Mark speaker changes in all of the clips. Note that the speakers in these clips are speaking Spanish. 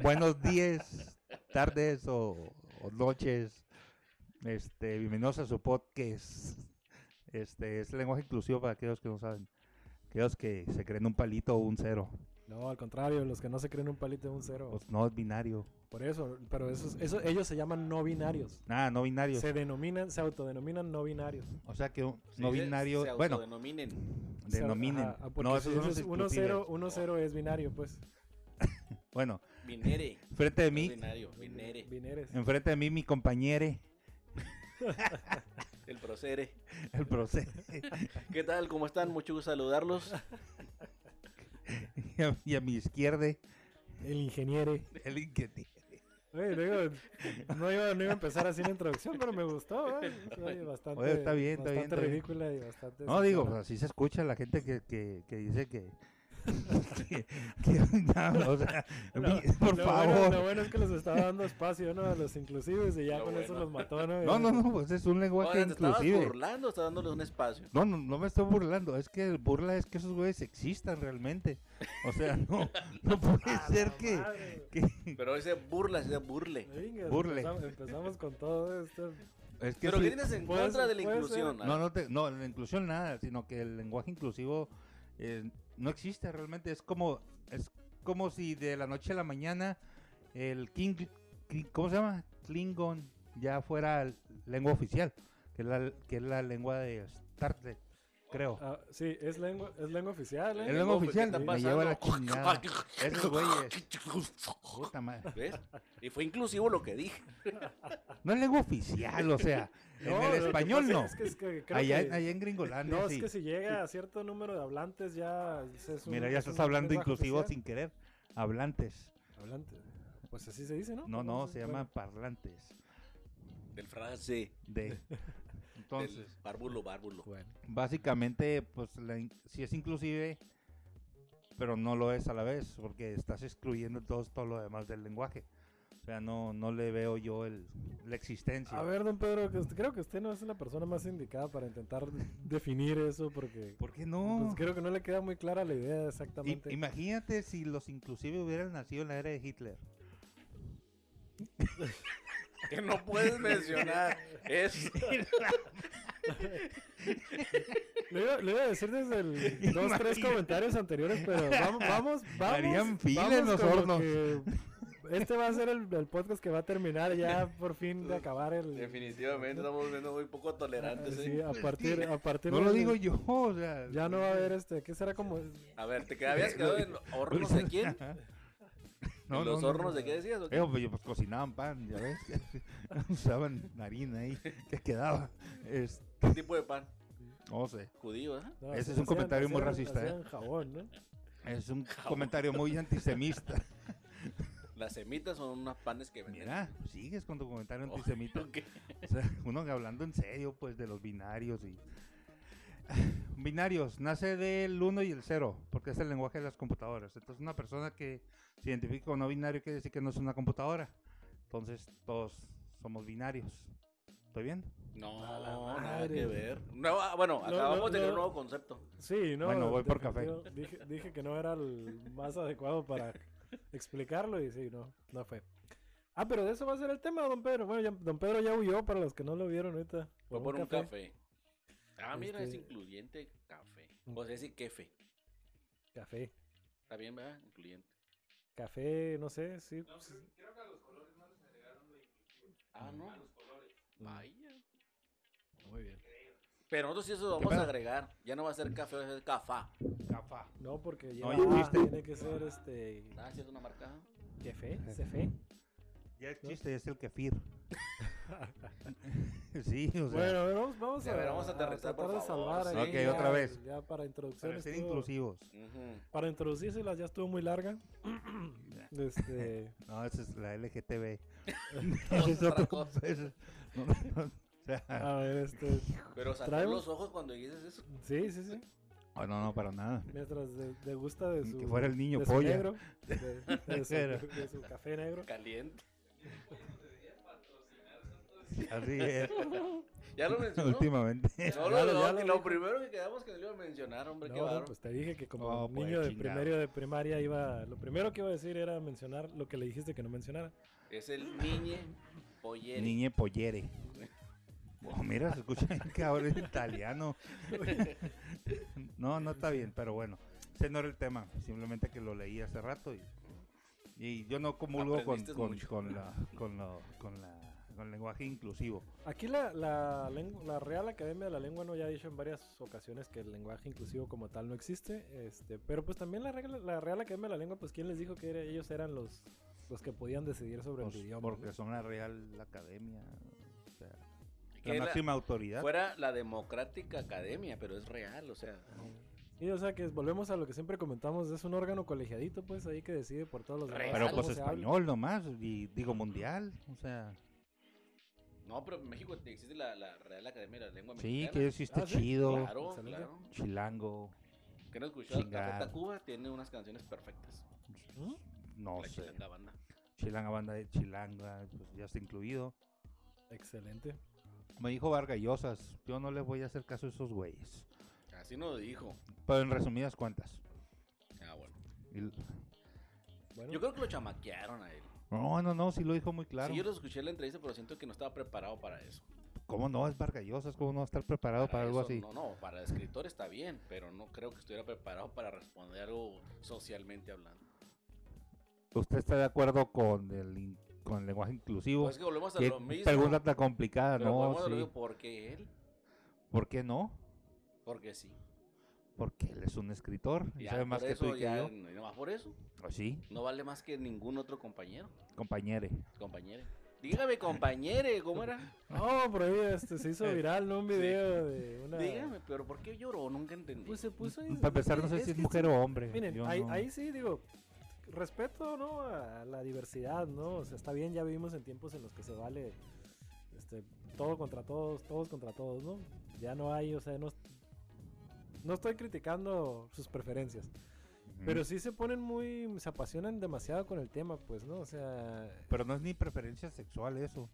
Speaker 1: Buenos días, tardes o, o noches. Este, bienvenidos a su podcast. Este es lenguaje inclusivo para aquellos que no saben. Aquellos que se creen un palito o un cero.
Speaker 2: No, al contrario, los que no se creen un palito de un cero.
Speaker 1: Pues no es binario.
Speaker 2: Por eso, pero esos, esos- ellos se llaman no binarios.
Speaker 1: Nada, no binario.
Speaker 2: Se denominan, se autodenominan no binarios.
Speaker 1: O sea que un no
Speaker 3: Sí, pues, se-
Speaker 1: binario.
Speaker 3: se
Speaker 1: bueno,
Speaker 3: autodenominen.
Speaker 2: O sea,
Speaker 1: denominen.
Speaker 2: ajá, porque
Speaker 1: no,
Speaker 2: si
Speaker 1: esos son los
Speaker 2: es 1
Speaker 1: exclusivos.
Speaker 2: 0 1 0 es binario, pues.
Speaker 1: Bueno,
Speaker 3: Binere.
Speaker 1: frente de
Speaker 3: no
Speaker 1: mí,
Speaker 3: Binario, binere.
Speaker 2: Bineres.
Speaker 1: enfrente de mí, mi compañere,
Speaker 3: El procere.
Speaker 1: el proceso.
Speaker 3: ¿Qué tal? ¿Cómo están? Mucho gusto saludarlos.
Speaker 1: y, a, y a mi izquierda,
Speaker 2: El ingeniere.
Speaker 1: el inquietito.
Speaker 2: Oye, luego, no iba, no iba a empezar así la introducción, pero me gustó, ¿eh? Oye, bastante,
Speaker 1: Oye, está bien, está bien,
Speaker 2: bastante
Speaker 1: está bien.
Speaker 2: ridícula y bastante...
Speaker 1: No, digo, pues
Speaker 2: simplona.
Speaker 1: así se escucha la gente que, que, que dice que. que- que- no, o sea, mi-
Speaker 2: Lo-
Speaker 1: pues, por
Speaker 2: lo
Speaker 1: favor.
Speaker 2: Bueno, lo bueno es que les estaba dando espacio, ¿no? A los inclusivos y ya
Speaker 3: Lo
Speaker 2: con
Speaker 3: bueno.
Speaker 2: eso los mató, ¿no?
Speaker 1: no, no, no, pues es un lenguaje
Speaker 3: Ahora te estabas
Speaker 1: inclusive.
Speaker 3: burlando, estás dándole un espacio.
Speaker 1: No, no, no me estoy burlando. Es que el burla es que esos güeyes existan realmente. O sea, no, no puede
Speaker 3: Ah,
Speaker 1: ser que,
Speaker 2: Este, madre.
Speaker 1: que-
Speaker 3: Pero ese burla, ese burle.
Speaker 2: Venga,
Speaker 1: Burle.
Speaker 2: Empezamos, empezamos con todo esto.
Speaker 1: es que
Speaker 3: Pero
Speaker 1: sí-
Speaker 3: ¿qué tienes en
Speaker 2: Puede
Speaker 3: contra
Speaker 2: ser,
Speaker 3: de la
Speaker 2: puede
Speaker 3: inclusión?
Speaker 1: no, no, te- no, la inclusión nada, sino que el lenguaje inclusivo eh, no existe realmente. Es como, es como si de la noche a la mañana el King, Kling- ¿cómo se llama? Klingon ya fuera l- lengua oficial, que es la, que es la lengua de Star Trek, creo.
Speaker 2: Ah, sí, es lengua, es lengua oficial,
Speaker 1: Oh. Es
Speaker 2: ¿eh?
Speaker 1: lengua
Speaker 3: ¿qué
Speaker 1: oficial,
Speaker 3: está
Speaker 1: me lleva la
Speaker 3: pasando?
Speaker 1: chingada. Esos güeyes. Puta madre.
Speaker 3: ¿Ves? Y fue inclusivo lo que dije.
Speaker 1: No es lengua oficial, o sea, en
Speaker 2: No, lo
Speaker 1: el
Speaker 2: que
Speaker 1: español
Speaker 2: pasa
Speaker 1: no.
Speaker 2: Es que, es que creo
Speaker 1: Allá,
Speaker 2: que-
Speaker 1: allá en Gringolandia,
Speaker 2: no,
Speaker 1: sí.
Speaker 2: es que si llega a cierto número de hablantes ya es- es un-
Speaker 1: Mira, ya
Speaker 2: es
Speaker 1: estás
Speaker 2: un
Speaker 1: hablando
Speaker 2: lenguaje
Speaker 1: inclusivo
Speaker 2: oficial.
Speaker 1: sin querer. Hablantes.
Speaker 2: Hablante. Pues así se dice, ¿no?
Speaker 1: No, no,
Speaker 2: sé,
Speaker 1: se
Speaker 2: bueno.
Speaker 1: llaman parlantes.
Speaker 3: Del frase.
Speaker 1: De.
Speaker 3: Entonces.
Speaker 1: Entonces,
Speaker 3: Bárbulo, bárbulo.
Speaker 2: Bueno.
Speaker 1: básicamente, pues la in- si es inclusive, pero no lo es a la vez, porque estás excluyendo todo, todo lo demás del lenguaje. O sea, no, no le veo yo el, la existencia.
Speaker 2: A ver, don Pedro, que usted- creo que usted no es la persona más indicada para intentar definir eso porque
Speaker 1: ¿Por qué no?
Speaker 2: pues, creo que no le queda muy clara la idea
Speaker 1: I-
Speaker 2: exactamente.
Speaker 1: imagínate si los inclusive hubieran nacido en la era de Hitler.
Speaker 3: Que no puedes mencionar. Es.
Speaker 2: Le iba, le iba a decir desde el dos, tres
Speaker 1: Imagínate.
Speaker 2: comentarios anteriores, pero vamos, vamos, vamos.
Speaker 1: Harían fila en
Speaker 2: vamos
Speaker 1: los
Speaker 2: con lo
Speaker 1: hornos.
Speaker 2: que- Este va a ser el, el podcast que va a terminar ya por fin de acabar el.
Speaker 3: Definitivamente estamos viendo muy poco tolerantes. ¿eh?
Speaker 2: Sí, a partir, a partir
Speaker 1: No lo
Speaker 2: del-
Speaker 1: digo yo, o sea. eh,
Speaker 2: Ya no va a haber este, ¿qué será como?
Speaker 3: A ver, ¿te habías quedado en hornos de quién?
Speaker 1: No,
Speaker 3: ¿En
Speaker 1: no,
Speaker 3: los
Speaker 1: no,
Speaker 3: hornos
Speaker 1: no.
Speaker 3: de qué decías? o qué?
Speaker 1: Eh, pues, pues, cocinaban pan, ya ves. Usaban harina ahí que quedaba. Es-
Speaker 3: ¿Qué tipo de pan?
Speaker 1: no sé.
Speaker 3: Judío, ¿eh?
Speaker 2: No,
Speaker 1: Ese es
Speaker 2: hacían-
Speaker 1: un comentario muy
Speaker 2: hacían-
Speaker 1: racista, ¿eh?
Speaker 2: hacían jabón, ¿no?
Speaker 1: Es un comentario muy antisemita.
Speaker 3: Las semitas son unos panes que venden.
Speaker 1: Mira, sigues con tu comentario antisemita.
Speaker 3: Ok.
Speaker 1: O sea, uno hablando en serio, pues, de los binarios y. Binarios, nace del 1 y el 0, porque es el lenguaje de las computadoras. Entonces, una persona que se identifica como no binario quiere decir que no es una computadora. Entonces, todos somos binarios. ¿Estoy bien?
Speaker 3: No,
Speaker 2: A la
Speaker 3: nada
Speaker 2: madre.
Speaker 3: que ver. No, ah, bueno,
Speaker 2: No,
Speaker 3: acabamos
Speaker 2: no,
Speaker 3: de tener
Speaker 2: no.
Speaker 3: un nuevo concepto.
Speaker 2: Sí, no.
Speaker 1: Bueno, voy por café.
Speaker 2: definitivo. Dije, dije que no era el más adecuado para explicarlo y sí, no, no fue. Ah, pero de eso va a ser el tema, don Pedro. Bueno, ya- don Pedro ya huyó para los que no lo vieron ahorita.
Speaker 3: Fue por un café. Ah, mira,
Speaker 2: Este-
Speaker 3: es incluyente café. O sea, es quefe.
Speaker 2: Café.
Speaker 3: Está bien, ¿verdad? Incluyente.
Speaker 2: Café, no sé, sí.
Speaker 3: Ah, no. Vaya.
Speaker 2: Muy bien.
Speaker 3: Pero nosotros sí eso lo
Speaker 1: ¿Qué
Speaker 3: vamos a
Speaker 1: pedo?
Speaker 3: agregar. Ya no va a ser café, va a ser cafá.
Speaker 1: Cafá.
Speaker 2: No, porque
Speaker 1: No,
Speaker 2: lleva
Speaker 1: ya
Speaker 2: A,
Speaker 1: fuiste.
Speaker 2: tiene que ser este.
Speaker 3: Ah, sí es una marca. ¿no?
Speaker 2: Café, café.
Speaker 1: Ya el chiste es el kefir. sí, o sea,
Speaker 2: Bueno, a ver, vamos, vamos
Speaker 3: A ver, vamos a
Speaker 2: tratar
Speaker 3: aterrizar, por
Speaker 2: de
Speaker 3: favor,
Speaker 2: salvar
Speaker 3: sí.
Speaker 2: aquí
Speaker 1: Ok,
Speaker 2: ya-
Speaker 1: otra vez.
Speaker 2: Ya para introducción.
Speaker 1: para ser
Speaker 2: estuvo-
Speaker 1: inclusivos.
Speaker 3: Ujú.
Speaker 2: Para introducírselas ya estuvo muy larga. este.
Speaker 1: No, esa es la LGTB.
Speaker 3: Otra
Speaker 1: Ese es otro-
Speaker 3: cosa.
Speaker 1: ese- no, no, o sea,
Speaker 2: A ver, este.
Speaker 3: Pero sacar
Speaker 2: Traemos-
Speaker 3: los ojos cuando dices eso.
Speaker 2: Sí, sí, sí.
Speaker 1: oh, no, no, para nada.
Speaker 2: Mientras de- degusta de
Speaker 1: Ni
Speaker 2: su.
Speaker 1: que fuera el niño
Speaker 2: de su
Speaker 1: polla.
Speaker 2: negro, de, de su,
Speaker 1: Pero-
Speaker 2: de su café negro.
Speaker 3: Caliente.
Speaker 1: Así es,
Speaker 3: Ya lo mencionó.
Speaker 1: últimamente.
Speaker 3: No,
Speaker 2: Ya
Speaker 3: no,
Speaker 2: lo- ya
Speaker 3: no,
Speaker 2: lo
Speaker 3: que lo
Speaker 2: dijo.
Speaker 3: primero que quedamos que no lo iba a mencionar, hombre, qué
Speaker 2: No, no,
Speaker 3: barro.
Speaker 2: pues te dije que como
Speaker 1: Oh, pues,
Speaker 2: niño de
Speaker 1: chingado.
Speaker 2: primario de primaria iba. Lo primero que iba a decir era mencionar lo que le dijiste que no mencionara.
Speaker 3: Es el niñe pollero.
Speaker 1: Niñe Pollere. Oh, mira, se escucha bien que ahora es italiano. No, no está bien, pero bueno. Ese no era el tema. Simplemente que lo leí hace rato y, y yo no comulgo con,
Speaker 3: Aprendiste
Speaker 1: con,
Speaker 3: mucho.
Speaker 1: con la, con, lo- con la- con el lenguaje inclusivo.
Speaker 2: Aquí la, la, lengu- la Real Academia de la Lengua no ya ha dicho en varias ocasiones que el lenguaje inclusivo como tal no existe. Este, pero pues también la, regla- la Real Academia de la Lengua, pues quién les dijo que era- ellos eran los, los que podían decidir sobre
Speaker 1: pues,
Speaker 2: el idioma.
Speaker 1: porque
Speaker 2: ¿no?
Speaker 1: son la Real Academia. o sea,
Speaker 3: Que
Speaker 1: la
Speaker 3: la-
Speaker 1: máxima autoridad.
Speaker 3: Fuera la democrática academia, pero es real, o sea.
Speaker 2: Y o sea que volvemos a lo que siempre comentamos, es un órgano colegiadito, pues ahí que decide por todos los demás
Speaker 3: Real.
Speaker 1: Pero
Speaker 2: cómo
Speaker 1: pues
Speaker 2: se habla.
Speaker 1: español nomás. Y digo mundial. O sea,
Speaker 3: No, pero en México existe la, la Real Academia de la Lengua
Speaker 1: sí,
Speaker 3: Mexicana.
Speaker 1: que existe
Speaker 2: Ah, sí,
Speaker 1: chido.
Speaker 3: Claro,
Speaker 2: Excelente.
Speaker 3: claro.
Speaker 1: Chilango.
Speaker 3: Que no escuchó
Speaker 1: Chingar.
Speaker 3: Café Tacuba, tiene unas canciones perfectas.
Speaker 2: ¿Mm?
Speaker 1: No
Speaker 3: la
Speaker 1: sé.
Speaker 3: chilanga banda.
Speaker 1: Chilanga, banda de Chilanga, pues ya está incluido.
Speaker 2: Excelente.
Speaker 1: Me dijo Vargallosas, yo no les voy a hacer caso a esos güeyes.
Speaker 3: Así nos dijo.
Speaker 1: Pero en resumidas cuentas.
Speaker 3: Ah, bueno.
Speaker 1: y-
Speaker 2: Bueno,
Speaker 3: Yo creo que lo chamaquearon a él.
Speaker 1: No, no, no, sí lo dijo muy claro.
Speaker 3: Sí, yo lo escuché en la entrevista, pero siento que no estaba preparado para eso.
Speaker 1: ¿Cómo no? Es Vargallosas, ¿cómo no va a estar preparado para, algo
Speaker 3: Ah, eso
Speaker 1: así?
Speaker 3: No, no, para el escritor está bien, pero no creo que estuviera preparado para responder algo socialmente hablando.
Speaker 1: ¿Usted está de acuerdo con el, in- con el lenguaje inclusivo?
Speaker 3: Pues es que volvemos a
Speaker 1: ¿Qué
Speaker 3: lo mismo.
Speaker 1: pregunta tan complicada,
Speaker 3: pero
Speaker 1: no?
Speaker 3: volvemos a lo
Speaker 1: sí.
Speaker 3: mismo, ¿Por qué él?
Speaker 1: ¿Por qué no?
Speaker 3: Porque sí.
Speaker 1: Porque él es un escritor y
Speaker 3: Ya,
Speaker 1: sabe más
Speaker 3: por
Speaker 1: que tú
Speaker 3: eso,
Speaker 1: y que
Speaker 3: ya,
Speaker 1: yo.
Speaker 3: no- y nomás por eso.
Speaker 1: ¿O sí?
Speaker 3: No vale más que ningún otro compañero.
Speaker 1: Compañere.
Speaker 3: Compañero. Dígame, compañere, ¿cómo era?
Speaker 2: No, por ahí este, se hizo viral ¿no? un
Speaker 3: Sí.
Speaker 2: video de una...
Speaker 3: Dígame, pero ¿por qué lloró? Nunca entendí.
Speaker 2: Pues se puso...
Speaker 1: Para empezar, no sé si es
Speaker 2: que
Speaker 1: mujer o hombre.
Speaker 2: Miren,
Speaker 1: yo
Speaker 2: ahí,
Speaker 1: no-
Speaker 2: ahí sí digo, respeto ¿no? a la diversidad, ¿no? O sea, está bien, ya vivimos en tiempos en los que se vale este, todo contra todos, todos contra todos, ¿no? Ya no hay, o sea, no, no estoy criticando sus preferencias,
Speaker 1: Ujú.
Speaker 2: pero sí se ponen muy, se apasionan demasiado con el tema, pues, ¿no? O sea...
Speaker 1: Pero no es ni preferencia sexual eso.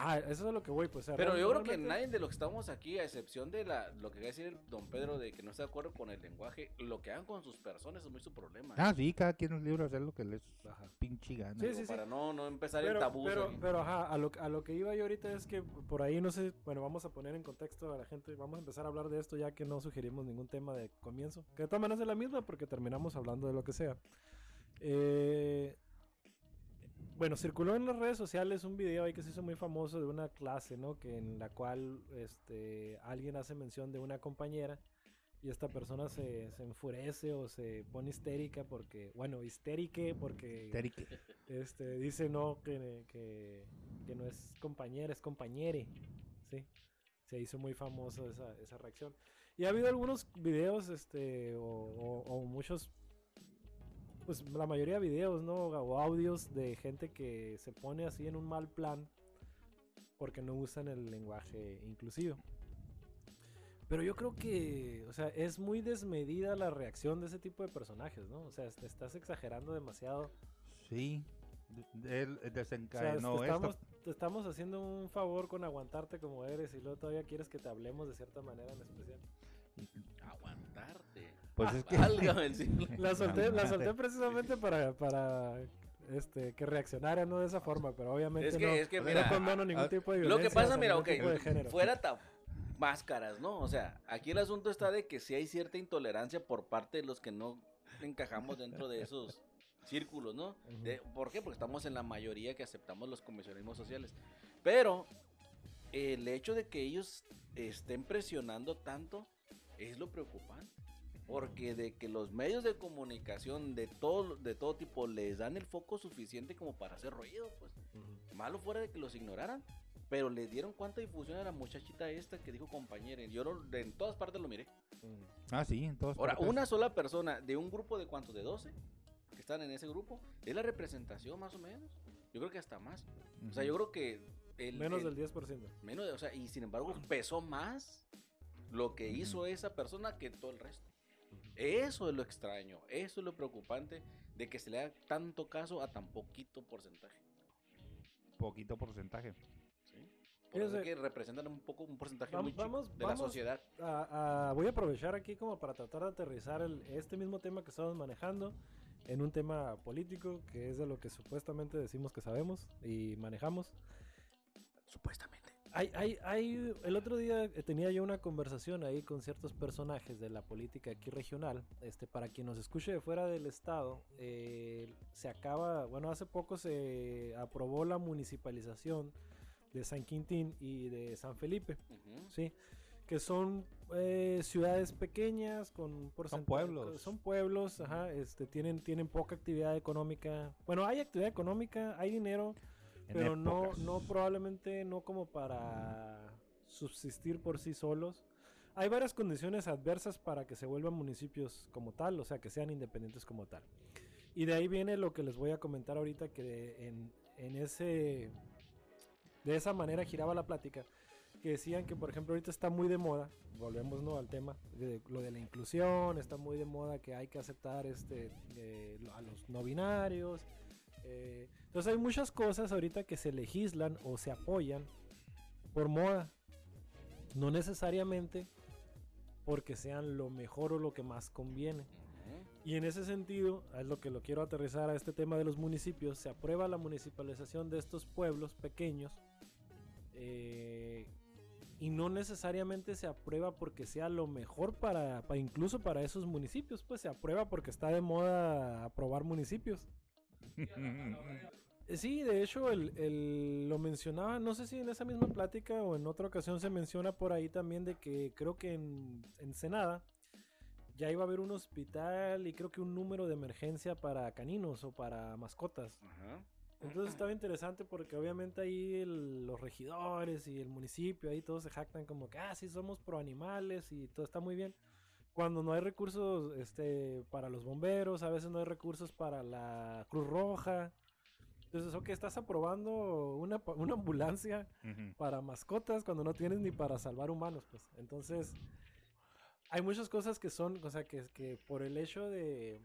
Speaker 2: Ah, eso es a lo que voy, pues. o sea,
Speaker 3: Pero
Speaker 2: real-
Speaker 3: yo creo que
Speaker 2: realmente-
Speaker 3: nadie de los que estamos aquí, a excepción de la, lo que va a decir el don Pedro de que no está de acuerdo con el lenguaje, lo que hagan con sus personas es muy su problema.
Speaker 1: Ah, sí, cada quien es libre de hacer lo que les
Speaker 2: Ajá.
Speaker 1: pinche gana.
Speaker 2: Sí,
Speaker 3: Digo,
Speaker 2: sí, sí.
Speaker 3: para no, no empezar
Speaker 2: pero,
Speaker 3: el tabú.
Speaker 2: Pero,
Speaker 3: sobre-
Speaker 2: pero, ajá, a lo, a lo que iba yo ahorita es que por ahí no sé, bueno, vamos a poner en contexto a la gente, vamos a empezar a hablar de esto ya que no sugerimos ningún tema de comienzo, que de todas maneras es la misma porque terminamos hablando de lo que sea. Eh, bueno, circuló en las redes sociales un video ahí que se hizo muy famoso de una clase, ¿no? Que en la cual este, alguien hace mención de una compañera y esta persona se, se enfurece o se pone histérica porque, bueno, histérica porque...
Speaker 1: Terique.
Speaker 2: Este, dice no, que, que, que no es compañera, es compañere. Sí. Se hizo muy famoso esa, esa reacción. Y ha habido algunos videos, este, o, o- o muchos, pues la mayoría de videos, ¿no? O audios de gente que se pone así en un mal plan porque no usan el lenguaje inclusivo. Pero yo creo que, o sea, es muy desmedida la reacción de ese tipo de personajes, ¿no? O sea, te estás exagerando demasiado.
Speaker 1: Sí. de- Él
Speaker 2: O sea,
Speaker 1: desencadenó
Speaker 2: te estamos,
Speaker 1: esto.
Speaker 2: te estamos haciendo un favor con aguantarte como eres y luego todavía quieres que te hablemos de cierta manera en especial.
Speaker 3: Aguantarte.
Speaker 1: Pues es que.
Speaker 3: Válgame el cielo.
Speaker 2: La solté, la
Speaker 1: Mamá,
Speaker 2: solté
Speaker 1: te-
Speaker 2: precisamente para, para este, que reaccionara, no de esa forma, pero obviamente
Speaker 3: Es que,
Speaker 2: no,
Speaker 3: es que
Speaker 1: no
Speaker 3: mira,
Speaker 2: no condono ningún
Speaker 1: ah,
Speaker 2: tipo de
Speaker 3: lo
Speaker 2: violencia.
Speaker 3: que pasa,
Speaker 2: o sea,
Speaker 3: mira,
Speaker 2: ningún
Speaker 3: ok,
Speaker 2: tipo de género.
Speaker 3: fuera tab- máscaras, ¿no? O sea, aquí el asunto está de que si hay cierta intolerancia por parte de los que no encajamos dentro de esos círculos, ¿no?
Speaker 2: Ujú.
Speaker 3: De- ¿Por qué? Porque estamos en la mayoría que aceptamos los convencionalismos sociales. Pero el hecho de que ellos estén presionando tanto es lo preocupante. Porque de que los medios de comunicación de todo, de todo tipo les dan el foco suficiente como para hacer ruido, pues
Speaker 2: Ujú.
Speaker 3: malo fuera de que los ignoraran, pero le dieron cuánta difusión a la muchachita esta que dijo compañera. Yo lo- en todas partes lo miré.
Speaker 2: Mm.
Speaker 1: Ah, sí, entonces.
Speaker 3: Ahora, una sola persona de un grupo de cuántos, de 12 que están en ese grupo, es la representación más o menos. Yo creo que hasta más. O sea, yo creo que. El,
Speaker 2: Menos
Speaker 3: el-
Speaker 2: del 10%.
Speaker 3: menos de- o sea, y sin embargo, pesó más lo que hizo
Speaker 1: Ujú.
Speaker 3: esa persona que todo el resto. Eso es lo extraño, eso es lo preocupante de que se le da tanto caso a tan poquito porcentaje.
Speaker 1: Poquito porcentaje.
Speaker 3: ¿sí? Por eso
Speaker 2: Fíjese.
Speaker 3: es que representan un poco un porcentaje
Speaker 2: Vam-
Speaker 3: muy chico
Speaker 2: vamos-
Speaker 3: de
Speaker 2: vamos-
Speaker 3: la sociedad.
Speaker 2: a- a- Ah, voy a aprovechar aquí como para tratar de aterrizar el- este mismo tema que estamos manejando en un tema político que es de lo que supuestamente decimos que sabemos y manejamos.
Speaker 3: Supuestamente.
Speaker 2: Hay, hay, hay, el otro día eh, tenía yo una conversación ahí con ciertos personajes de la política aquí regional. Este, para quien nos escuche de fuera del estado, eh, se acaba, bueno, hace poco se aprobó la municipalización de San Quintín y de San Felipe.
Speaker 3: Ujú.
Speaker 2: Sí, que son eh, ciudades pequeñas con un porcenta-
Speaker 1: pueblos.
Speaker 2: Son pueblos, ajá, este, tienen, tienen poca actividad económica. Bueno, hay actividad económica, hay dinero,
Speaker 1: En
Speaker 2: pero no,
Speaker 1: épocas.
Speaker 2: no probablemente no como para subsistir por sí solos. Hay varias condiciones adversas para que se vuelvan municipios como tal, o sea, que sean independientes como tal. Y de ahí viene lo que les voy a comentar ahorita, que en, en ese... De esa manera giraba la plática, que decían que, por ejemplo, ahorita está muy de moda, volvemos ¿no? al tema, de lo de la inclusión, está muy de moda que hay que aceptar este, eh, lo- a los no binarios. eh, entonces hay muchas cosas ahorita que se legislan o se apoyan por moda, no necesariamente porque sean lo mejor o lo que más conviene.
Speaker 3: Ujú.
Speaker 2: Y en ese sentido, es lo que lo quiero aterrizar a este tema de los municipios, se aprueba la municipalización de estos pueblos pequeños eh, y no necesariamente se aprueba porque sea lo mejor para, para- incluso para esos municipios, pues se aprueba porque está de moda aprobar municipios. Eh, Sí, de hecho, el, el- lo mencionaba, no sé si en esa misma plática o en otra ocasión se menciona por ahí también de que creo que en Ensenada ya iba a haber un hospital y creo que un número de emergencia para caninos o para mascotas.
Speaker 3: Ajá.
Speaker 2: Entonces estaba interesante porque obviamente ahí el- los regidores y el municipio, ahí todos se jactan como que, ah, sí, somos pro animales y todo está muy bien. Cuando no hay recursos este, para los bomberos, a veces no hay recursos para la Cruz Roja. Entonces, ok, estás aprobando una, pa- una ambulancia
Speaker 1: Ujú.
Speaker 2: para mascotas cuando no tienes ni para salvar humanos, pues. Entonces, hay muchas cosas que son, o sea, que, que por el hecho de,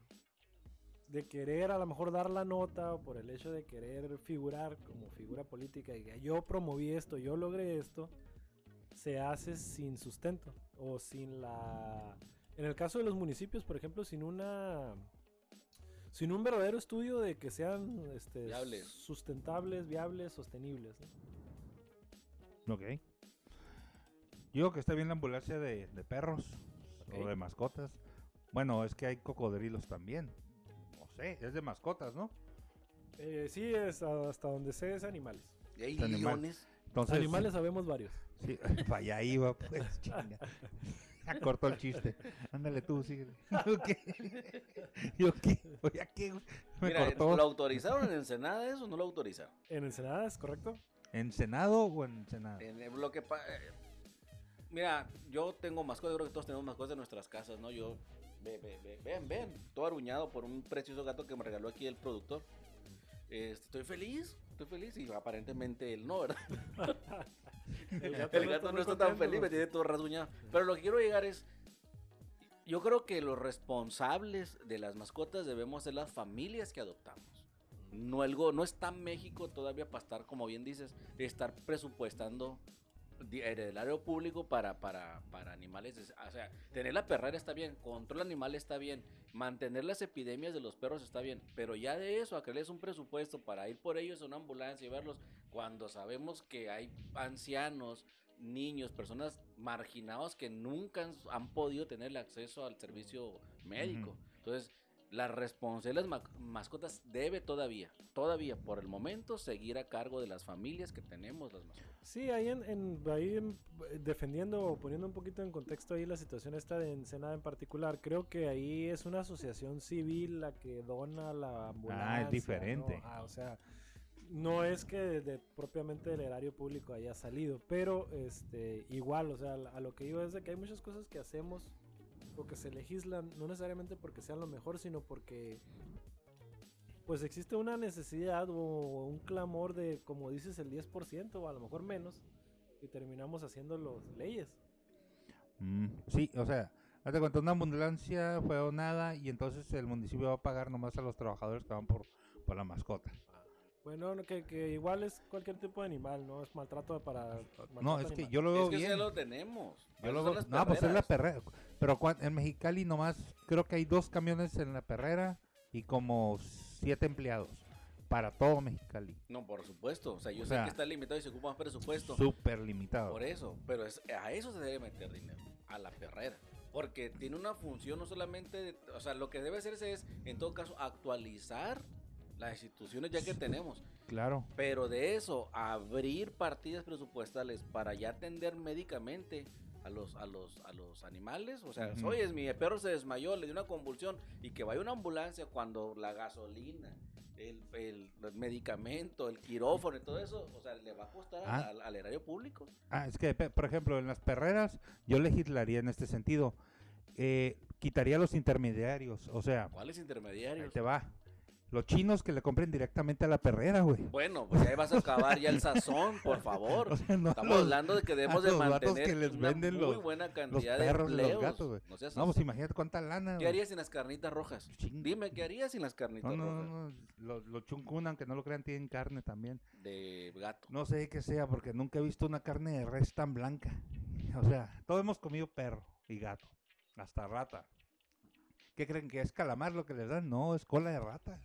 Speaker 2: de querer a lo mejor dar la nota o por el hecho de querer figurar como figura política, y que yo promoví esto, yo logré esto, se hace sin sustento o sin la... En el caso de los municipios, por ejemplo, sin una... Sin un verdadero estudio de que sean este,
Speaker 3: Viables.
Speaker 2: sustentables, viables, sostenibles. ¿no?
Speaker 1: Ok. Yo que está bien la ambulancia de, de perros
Speaker 3: Ok.
Speaker 1: o de mascotas. Bueno, es que hay cocodrilos también. No sé, es de mascotas, ¿no?
Speaker 2: Eh, sí, es a- hasta donde sé es animales.
Speaker 3: Y hay
Speaker 1: Este animal.
Speaker 3: leones.
Speaker 1: Entonces,
Speaker 2: animales sabemos varios.
Speaker 1: Sí, vaya ahí va, pues, chinga. Ya cortó el chiste. Ándale tú, sigue. ¿Yo qué? ¿Yo qué? Oye, ¿a qué, güey? Me
Speaker 3: Mira,
Speaker 1: cortó.
Speaker 3: ¿lo autorizaron en Ensenada eso o no lo autorizaron?
Speaker 2: En Ensenada, ¿es correcto?
Speaker 1: ¿En Senado o en Senado?
Speaker 3: En el bloque pa- eh, Mira, yo tengo mascotas, yo creo que todos tenemos mascotas en nuestras casas, ¿no? Yo, ve, ve, ve, ven, ven, todo aruñado por un precioso gato que me regaló aquí el productor. Este, estoy feliz, estoy feliz y aparentemente él no, ¿verdad?
Speaker 2: El
Speaker 3: El gato no está tan feliz, me tiene todo rasguñado. Pero lo que quiero llegar es, yo creo que los responsables de las mascotas debemos ser las familias que adoptamos. No, el go- no está México todavía para estar, como bien dices, estar presupuestando di- heredario público para, para, para animales. Es- O sea, tener la perrera está bien, control animal está bien, mantener las epidemias de los perros está bien, pero ya de eso, a creerles un presupuesto para ir por ellos en una ambulancia y verlos, cuando sabemos que hay ancianos, niños, personas marginados que nunca han, han podido tener el acceso al servicio médico.
Speaker 1: Ujú.
Speaker 3: Entonces, la responsabilidad de las ma- mascotas debe todavía, todavía por el momento, seguir a cargo de las familias que tenemos las mascotas.
Speaker 2: Sí, ahí, en, en- ahí en- defendiendo o poniendo un poquito en contexto ahí la situación esta de Ensenada en particular, creo que ahí es una asociación civil la que dona la ambulancia. ¿no?
Speaker 1: diferente.
Speaker 2: Ah, o sea, no es que de- de- propiamente del erario público haya salido, pero este igual, o sea, a lo que iba es de que hay muchas cosas que hacemos o que se legislan, no necesariamente porque sean lo mejor, sino porque pues existe una necesidad o un clamor de, como dices, el 10% o a lo mejor menos, y terminamos haciendo las leyes.
Speaker 1: Mm, sí, o sea, hazte cuenta, una ambulancia fue donada y entonces el municipio va a pagar nomás a los trabajadores que van por, por la mascota.
Speaker 2: Bueno, no, que, que igual es cualquier tipo de animal, ¿no? Es maltrato para...
Speaker 1: No,
Speaker 2: maltrato
Speaker 1: es que
Speaker 2: animal.
Speaker 1: yo lo veo
Speaker 3: es que eso
Speaker 1: bien.
Speaker 3: ya lo tenemos.
Speaker 1: Yo
Speaker 3: Esas
Speaker 1: lo
Speaker 3: son
Speaker 1: veo-
Speaker 3: las
Speaker 1: no, pues es la
Speaker 3: perreras.
Speaker 1: perrera. Pero cuan- en Mexicali nomás creo que hay dos camiones en la perrera y como siete empleados para todo Mexicali.
Speaker 3: No, por supuesto. O sea, yo
Speaker 1: O
Speaker 3: sé
Speaker 1: sea,
Speaker 3: que está limitado y se ocupa más presupuesto.
Speaker 1: Súper limitado.
Speaker 3: Por e-. eso, pero es, a eso se debe meter dinero, a la perrera. Porque tiene una función no solamente, de- o sea, lo que debe hacerse es, en todo caso, actualizar las instituciones ya que tenemos.
Speaker 1: Claro.
Speaker 3: Pero de eso, abrir partidas presupuestales para ya atender médicamente a los, a los, a los animales. O sea,
Speaker 1: Ujú.
Speaker 3: oye, mi perro se desmayó, le dio una convulsión y que vaya una ambulancia cuando la gasolina, el, el, el medicamento, el quirófano y todo eso, o sea, le va a costar a-
Speaker 1: Ah.
Speaker 3: al, al erario público.
Speaker 1: Ah, es que, pe- por ejemplo, en las perreras yo legislaría en este sentido. Eh, quitaría los intermediarios. O sea,
Speaker 3: ¿Cuáles
Speaker 1: ahí
Speaker 3: intermediarios?
Speaker 1: te va. Los chinos que le compren directamente a la perrera, güey.
Speaker 3: Bueno, pues ahí vas a acabar ya el sazón, por
Speaker 1: O
Speaker 3: favor.
Speaker 1: sea, no
Speaker 3: Estamos
Speaker 1: los-
Speaker 3: hablando de que debemos de
Speaker 1: los vatos
Speaker 3: mantener
Speaker 1: que les
Speaker 3: una
Speaker 1: venden
Speaker 3: muy
Speaker 1: los-
Speaker 3: buena
Speaker 1: los
Speaker 3: cantidad
Speaker 1: perros
Speaker 3: de
Speaker 1: y
Speaker 3: empleos.
Speaker 1: los gatos, güey.
Speaker 3: No seas
Speaker 1: No, pues
Speaker 3: así.
Speaker 1: imagínate cuánta lana,
Speaker 3: ¿Qué
Speaker 1: güey.
Speaker 3: harías sin las carnitas rojas?
Speaker 1: Ching-
Speaker 3: Dime, ¿qué harías sin las carnitas
Speaker 1: No,
Speaker 3: rojas?
Speaker 1: no, no, los, los chuncunan, aunque no lo crean, tienen carne también.
Speaker 3: De gato.
Speaker 1: No sé qué sea, porque nunca he visto una carne de res tan blanca. O sea, todos hemos comido perro y gato, hasta rata. ¿Qué creen que es calamar lo que les dan? No, es cola de rata.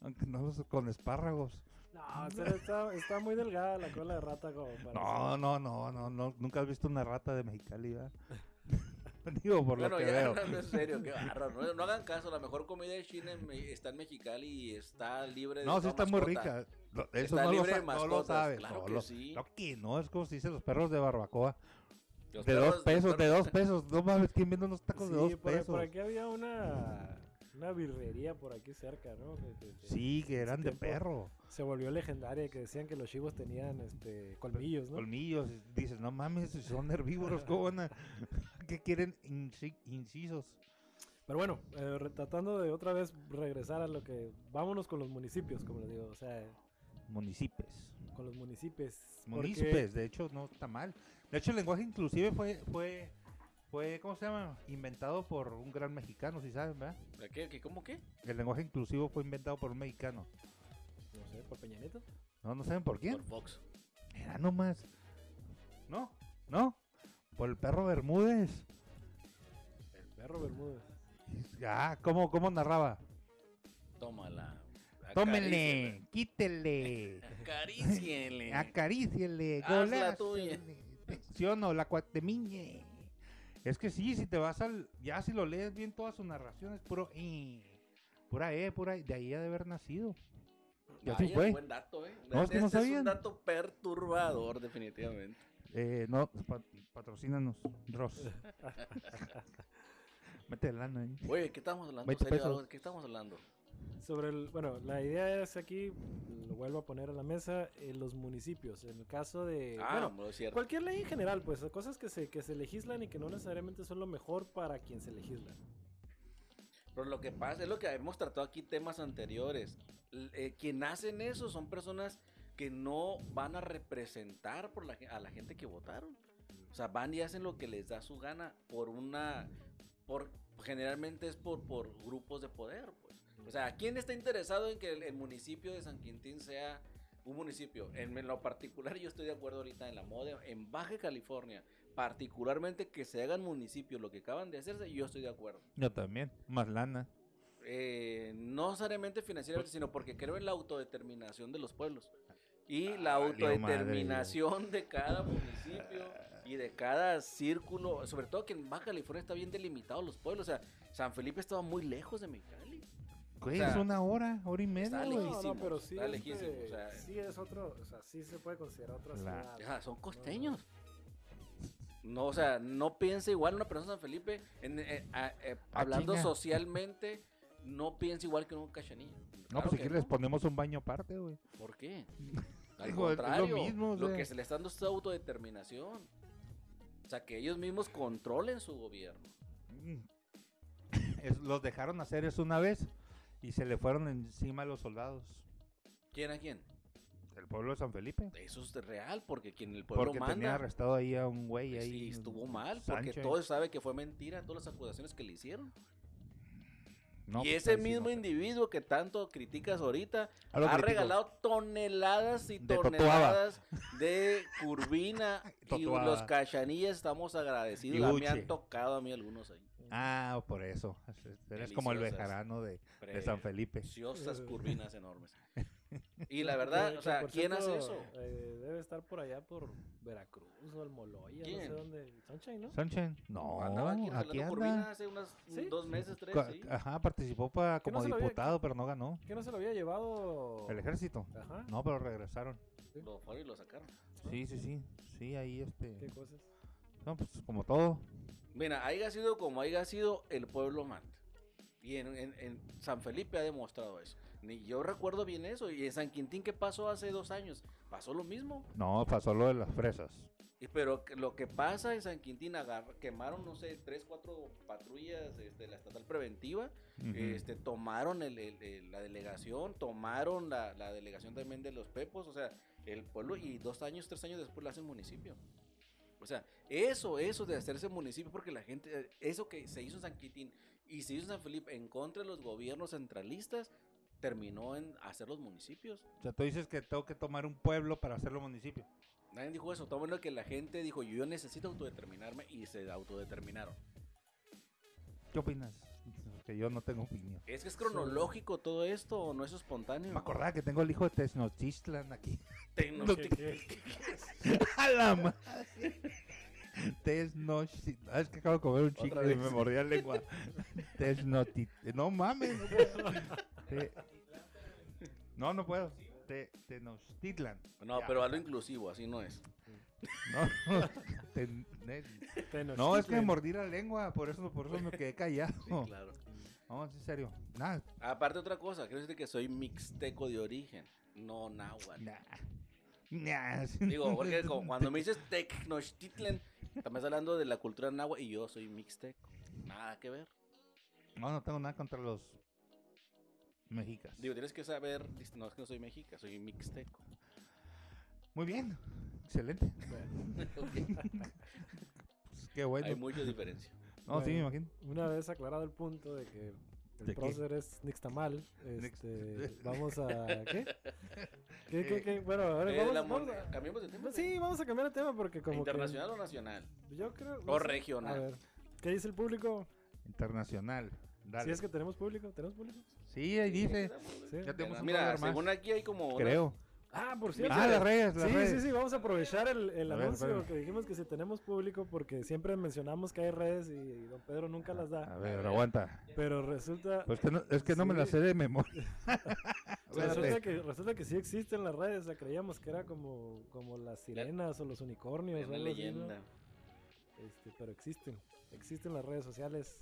Speaker 1: Aunque no los- con espárragos.
Speaker 2: No, o sea, está, está muy delgada la cola de rata como para...
Speaker 1: No, no, no, no, no. Nunca has visto una rata de Mexicali, ¿verdad? Digo, por
Speaker 3: bueno,
Speaker 1: lo que
Speaker 3: ya
Speaker 1: veo.
Speaker 3: hablando en serio, qué barro. No, no hagan caso, la mejor comida de China en Me- está en Mexicali y está libre de.
Speaker 1: No, sí
Speaker 3: toda
Speaker 1: está muy
Speaker 3: mascota.
Speaker 1: rica. Lo- Eso
Speaker 3: Está
Speaker 1: no lo,
Speaker 3: libre
Speaker 1: sa- no
Speaker 3: de
Speaker 1: lo
Speaker 3: mascotas,
Speaker 1: sabes.
Speaker 3: claro
Speaker 1: no,
Speaker 3: que
Speaker 1: lo-
Speaker 3: sí.
Speaker 1: lo que no, es como se dice los perros de barbacoa.
Speaker 3: Los
Speaker 1: de dos
Speaker 3: perros- los
Speaker 1: pesos, de
Speaker 3: perros-
Speaker 1: dos pesos. No mames, ¿quién vende unos tacos de dos
Speaker 2: Sí, por,
Speaker 1: pesos?
Speaker 2: por aquí había una, una birrería por aquí cerca, ¿no? Que- que- que
Speaker 1: Sí, que eran de
Speaker 2: tiempo,
Speaker 1: perro.
Speaker 2: Se volvió legendaria, que decían que los chivos tenían este colmillos, ¿no?
Speaker 1: Colmillos. y Dices, no mames, si son herbívoros, ¿cómo van a- ¿Qué quieren inci- incisos?
Speaker 2: Pero bueno, eh, re- tratando de otra vez regresar a lo que... Vámonos con los municipios, como les digo, o sea,
Speaker 1: Municipios.
Speaker 2: con los municipios. porque-
Speaker 1: Municipios, de hecho, no está mal. De hecho, el lenguaje inclusive fue, fue, fue, ¿cómo se llama? Inventado por un gran mexicano, si saben, ¿verdad?
Speaker 3: ¿La ¿Qué, qué, ¿Cómo qué?
Speaker 1: El lenguaje inclusivo fue inventado por un mexicano.
Speaker 2: No sé, por Peña Nieto.
Speaker 1: No, no saben por quién.
Speaker 3: Por Fox.
Speaker 1: Era nomás. No, no. Por el perro Bermúdez.
Speaker 2: El perro Bermúdez.
Speaker 1: Ah, ¿cómo, cómo narraba?
Speaker 3: Tómala.
Speaker 1: Tómenle, quítele,
Speaker 3: Acarícienle.
Speaker 1: acaríciele,
Speaker 3: Haz la
Speaker 1: goléasele,
Speaker 3: tuya.
Speaker 1: ¿Sí o no? La cuatemiñe. Es que sí, si te vas al. Ya si lo lees bien, toda su narración es puro. eh, pura E, pura E. De ahí ha de haber nacido. Y así
Speaker 3: Vaya,
Speaker 1: fue.
Speaker 3: buen dato, ¿eh?
Speaker 1: No, es que no
Speaker 3: Este es
Speaker 1: sabían.
Speaker 3: un dato perturbador, definitivamente.
Speaker 1: Eh, no, pa- patrocínanos, Ross. Mete lana ahí.
Speaker 3: Oye, ¿qué estamos hablando?
Speaker 1: 20
Speaker 3: ¿Serio?
Speaker 1: pesos.
Speaker 3: ¿Qué estamos hablando?
Speaker 2: Sobre el, bueno, la idea es aquí, lo vuelvo a poner a la mesa, en los municipios. En el caso
Speaker 1: Eh,
Speaker 2: de.
Speaker 3: ah,
Speaker 2: bueno,
Speaker 3: hombre, es cierto.
Speaker 2: cualquier ley en general, pues, cosas que se, que se legislan y que no necesariamente son lo mejor para quien se legisla.
Speaker 3: Pero lo que pasa es lo que hemos tratado aquí temas anteriores. L- eh, quien hacen eso son personas que no van a representar por la, ge- a la gente que votaron. O sea, van y hacen lo que les da su gana por una... por Generalmente es por, por grupos de poder. Pues. O sea, ¿quién está interesado en que el, el municipio de San Quintín sea un municipio? En, en lo particular yo estoy de acuerdo ahorita en la moda, en Baja California, particularmente que se hagan municipios, lo que acaban de hacerse, yo estoy de acuerdo.
Speaker 1: Yo también. Más lana.
Speaker 3: Eh, no necesariamente financieramente,
Speaker 1: Pues
Speaker 3: sino porque creo en la autodeterminación de los pueblos. Y la
Speaker 1: Ah, valió
Speaker 3: autodeterminación de cada municipio y de cada círculo, sobre todo que en Baja California está bien delimitado los pueblos. O sea, San Felipe estaba muy lejos de Mexicali.
Speaker 1: Güey,
Speaker 3: sea,
Speaker 1: es una hora, hora y media,
Speaker 3: está
Speaker 1: güey.
Speaker 3: lejísimo.
Speaker 2: pero sí.
Speaker 3: está
Speaker 2: este,
Speaker 3: lejísimo, o sea.
Speaker 2: sí es otro. O sea, sí se puede considerar otra
Speaker 1: La-
Speaker 2: ciudad.
Speaker 3: O sea, son costeños. No, o sea, no piensa igual una persona de San Felipe, en- eh, a- eh,
Speaker 1: Ah,
Speaker 3: hablando
Speaker 1: chinga.
Speaker 3: socialmente, no piensa igual que un cachanilla.
Speaker 1: No, pues
Speaker 3: Claro
Speaker 1: si
Speaker 3: que
Speaker 1: quieres les
Speaker 3: no.
Speaker 1: ponemos un baño aparte, güey.
Speaker 3: ¿Por qué? Al
Speaker 1: Digo, es lo
Speaker 3: contrario, lo,
Speaker 1: mismo, o sea.
Speaker 3: que se le está dando es autodeterminación. O sea, que ellos mismos controlen su gobierno.
Speaker 1: Mm. Es- los dejaron hacer eso una vez y se le fueron encima a los soldados.
Speaker 3: ¿Quién a quién?
Speaker 1: El pueblo de San Felipe.
Speaker 3: Eso es real, porque quien el pueblo
Speaker 1: Porque tenía
Speaker 3: manda.
Speaker 1: arrestado ahí a un güey
Speaker 3: pues
Speaker 1: ahí.
Speaker 3: sí, estuvo mal,
Speaker 1: Sancho
Speaker 3: porque
Speaker 1: ahí.
Speaker 3: todos saben que fue mentira todas las acusaciones que le hicieron.
Speaker 1: No,
Speaker 3: y
Speaker 1: pues,
Speaker 3: ese
Speaker 1: ahí sí
Speaker 3: mismo
Speaker 1: no sé.
Speaker 3: individuo que tanto criticas ahorita
Speaker 1: Ah, lo
Speaker 3: ha
Speaker 1: critico.
Speaker 3: regalado toneladas y
Speaker 1: De totoaba.
Speaker 3: toneladas de curvina y
Speaker 1: Totoaba.
Speaker 3: los cachanillas estamos
Speaker 1: Y
Speaker 3: agradecidos. Ah, Me
Speaker 1: Uche.
Speaker 3: han tocado a mí algunos ahí.
Speaker 1: Ah, por eso. Eres como el
Speaker 3: Deliciosas.
Speaker 1: bejarano de, de San Felipe.
Speaker 3: Preciosas
Speaker 2: Eh.
Speaker 3: curvinas enormes. Y la verdad,
Speaker 2: Que-
Speaker 3: o
Speaker 2: que,
Speaker 3: sea,
Speaker 2: por
Speaker 3: ¿quién hace eso?
Speaker 2: cierto, eh, debe estar por allá por Veracruz o Almoloya, no sé
Speaker 3: ¿Quién?
Speaker 2: dónde. Sunshine, ¿no?
Speaker 1: Sunshine, no,
Speaker 3: Andaba aquí
Speaker 1: aquí
Speaker 3: regalando curvinas
Speaker 1: anda.
Speaker 3: hace unas
Speaker 2: ¿Sí? ah.
Speaker 3: dos meses, tres,
Speaker 1: Ca-
Speaker 3: sí.
Speaker 1: Ajá, participó para,
Speaker 2: Que no
Speaker 1: como
Speaker 2: se lo había-
Speaker 1: diputado, pero no ganó.
Speaker 2: ¿Que no se lo había llevado?
Speaker 1: El ejército.
Speaker 2: Ajá.
Speaker 1: No, pero regresaron.
Speaker 3: Lo fueron y lo sacaron.
Speaker 1: Sí, sí, sí. Sí, ahí
Speaker 2: ¿Qué
Speaker 1: este.
Speaker 2: cosas?
Speaker 1: No, pues como todo.
Speaker 3: Mira, haya sido como haya sido, el pueblo manda. Y en, en- en San Felipe ha demostrado eso. Ni yo recuerdo bien eso. Y en San Quintín, ¿qué pasó hace dos años? Pasó lo mismo.
Speaker 1: No, pasó lo de las fresas.
Speaker 3: Y, pero que- lo que pasa en San Quintín, agar- quemaron, no sé, tres, cuatro patrullas este, de la estatal preventiva.
Speaker 1: Ujú.
Speaker 3: este, tomaron el- el- el- la delegación, tomaron la, la delegación también de los Pepos, o sea, el pueblo, y dos años, tres años después lo hacen municipio. O sea, eso, eso de hacerse municipio, porque la gente, eh, eso que se hizo en San Quitín y se hizo en San Felipe en contra de los gobiernos centralistas, terminó en hacer los municipios.
Speaker 1: O sea, tú dices que tengo que tomar un pueblo para hacerlo municipio.
Speaker 3: Nadie dijo eso, todo bueno que la gente dijo, yo necesito autodeterminarme, y se autodeterminaron.
Speaker 1: ¿Qué opinas? Que yo no tengo opinión.
Speaker 3: ¿Es que es cronológico todo esto o no es espontáneo?
Speaker 1: Me acordaba que tengo el hijo de Tenochtitlan aquí.
Speaker 3: Tecno-
Speaker 1: No
Speaker 2: ¿Qué-
Speaker 1: te-
Speaker 2: qué?
Speaker 1: ¡A la madre! Tenochtitlan. Ah, Es que acabo de comer un chicle y
Speaker 3: vez.
Speaker 1: me mordía la lengua. Tenochtitlan. No mames. No, puedo. Te- no, no puedo. Te- Tenochtitlan.
Speaker 3: No,
Speaker 1: Ya.
Speaker 3: pero algo inclusivo, así no es.
Speaker 1: No, Ten- ne- no, es que me mordí la lengua. Por eso, por eso me quedé callado.
Speaker 3: Sí, claro.
Speaker 1: No, es en serio. Nah,
Speaker 3: Aparte otra cosa, quiero decirte que soy mixteco de origen, no náhuatl.
Speaker 1: nah. Nah.
Speaker 3: Digo, porque como cuando me dices Tecnochtitlan, estás hablando de la cultura náhuatl y yo soy mixteco. Nada que ver.
Speaker 1: No, no tengo nada contra los mexicas.
Speaker 3: Digo, tienes que saber, dis- no es que no soy mexica, soy mixteco.
Speaker 1: Muy bien, excelente.
Speaker 3: Ok,
Speaker 1: Pues, qué bueno.
Speaker 3: Hay mucha diferencia.
Speaker 1: No, sí, me imagino.
Speaker 2: Una vez aclarado el punto de que el
Speaker 1: ¿De qué?
Speaker 2: prócer es Nixtamal,
Speaker 1: Nix-
Speaker 2: este, vamos a... ¿Qué? ¿Qué,
Speaker 1: Eh,
Speaker 2: qué, qué? Bueno, a ver,
Speaker 3: Eh,
Speaker 2: vamos,
Speaker 3: la
Speaker 2: vamos
Speaker 3: moneda-
Speaker 2: a-
Speaker 3: ¿Cambiamos de tema?
Speaker 2: Sí, vamos a cambiar de tema porque como que-
Speaker 3: ¿Internacional o nacional?
Speaker 2: Yo creo... no
Speaker 3: O
Speaker 2: sé.
Speaker 3: regional.
Speaker 2: A ver, ¿qué dice el público?
Speaker 1: Internacional. Dale.
Speaker 2: Si es que tenemos público, ¿tenemos público?
Speaker 1: Sí, ahí dice.
Speaker 2: Sí.
Speaker 1: Ya tenemos un
Speaker 3: Mira,
Speaker 1: dólar más,
Speaker 3: según aquí hay como... una-
Speaker 1: creo.
Speaker 2: Ah, por cierto.
Speaker 1: Ah, las redes, las
Speaker 2: sí,
Speaker 1: redes.
Speaker 2: sí, sí, vamos a aprovechar el, el
Speaker 1: A ver,
Speaker 2: anuncio
Speaker 1: espérame.
Speaker 2: que dijimos que si tenemos público, porque siempre mencionamos que hay redes y, y don Pedro nunca las da.
Speaker 1: A ver, aguanta.
Speaker 2: Pero resulta,
Speaker 1: Pues que no, es que no me la
Speaker 2: Sí.
Speaker 1: sé de memoria.
Speaker 2: resulta,
Speaker 1: Espérate.
Speaker 2: que, resulta que sí existen las redes, o sea, creíamos que era como, como las sirenas o los unicornios.
Speaker 3: Es
Speaker 2: o
Speaker 3: una
Speaker 2: algo así, ¿no?
Speaker 3: leyenda.
Speaker 2: Este, pero existen, existen las redes sociales.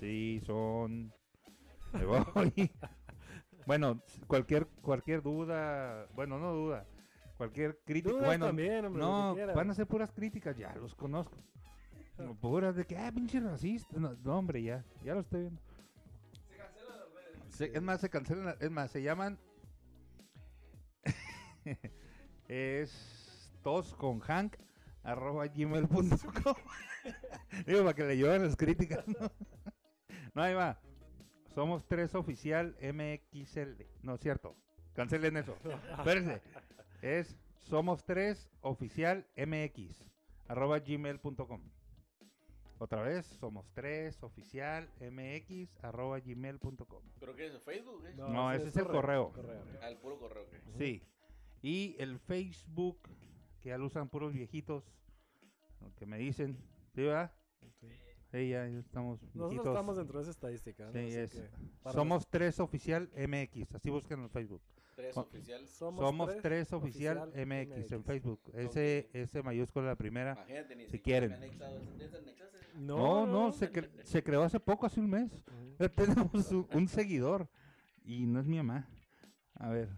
Speaker 1: Sí, son. Me voy. bueno, cualquier, cualquier duda. Bueno, no duda. Cualquier crítica.
Speaker 2: Dudas
Speaker 1: Bueno,
Speaker 2: también, hombre, lo
Speaker 1: No,
Speaker 2: que quieras.
Speaker 1: van a ser puras críticas, ya los conozco. No, Puras de que, ah, pinche racista. No, no, hombre, ya, ya lo estoy viendo. Se cancelan las redes. es más, se cancelan, la- es más, se llaman. es tos con Hank arroba gmail.com. Digo, para que le lleven las críticas. No, No, ahí va. Somos tres oficial MXL. No, es cierto. Cancelen eso. Espérense. Es somos tres oficial MX arroba gmail.com. Otra vez, somos tres oficial MX arroba gmail.com.
Speaker 3: ¿Pero qué es? ¿Facebook? eh?
Speaker 1: No, ese es el correo.
Speaker 3: Al puro correo. ¿qué?
Speaker 1: Sí. Y el Facebook, que ya lo usan puros viejitos, lo que me dicen. ¿Sí, verdad?
Speaker 2: Sí.
Speaker 1: Sí, ya ya estamos
Speaker 2: Nosotros
Speaker 1: viejitos.
Speaker 2: estamos dentro de esa estadística. ¿no?
Speaker 1: Sí,
Speaker 2: Así
Speaker 1: es.
Speaker 2: que para
Speaker 1: Somos tres oficial MX, así buscan en Facebook.
Speaker 3: Tres
Speaker 1: Oh.
Speaker 3: oficiales.
Speaker 2: Somos,
Speaker 1: Somos tres oficial MX en Facebook. Ese,
Speaker 3: Ok.
Speaker 1: ese mayúscula la primera.
Speaker 3: Imagínate, ni
Speaker 1: Ah, Si
Speaker 3: siquiera
Speaker 1: quieren.
Speaker 3: me han anexado, ¿te han anexado?
Speaker 1: No, no, se, cre- se creó hace poco, hace un mes.
Speaker 2: Ujú.
Speaker 1: Ya tenemos un, un seguidor y no es mi mamá. A ver,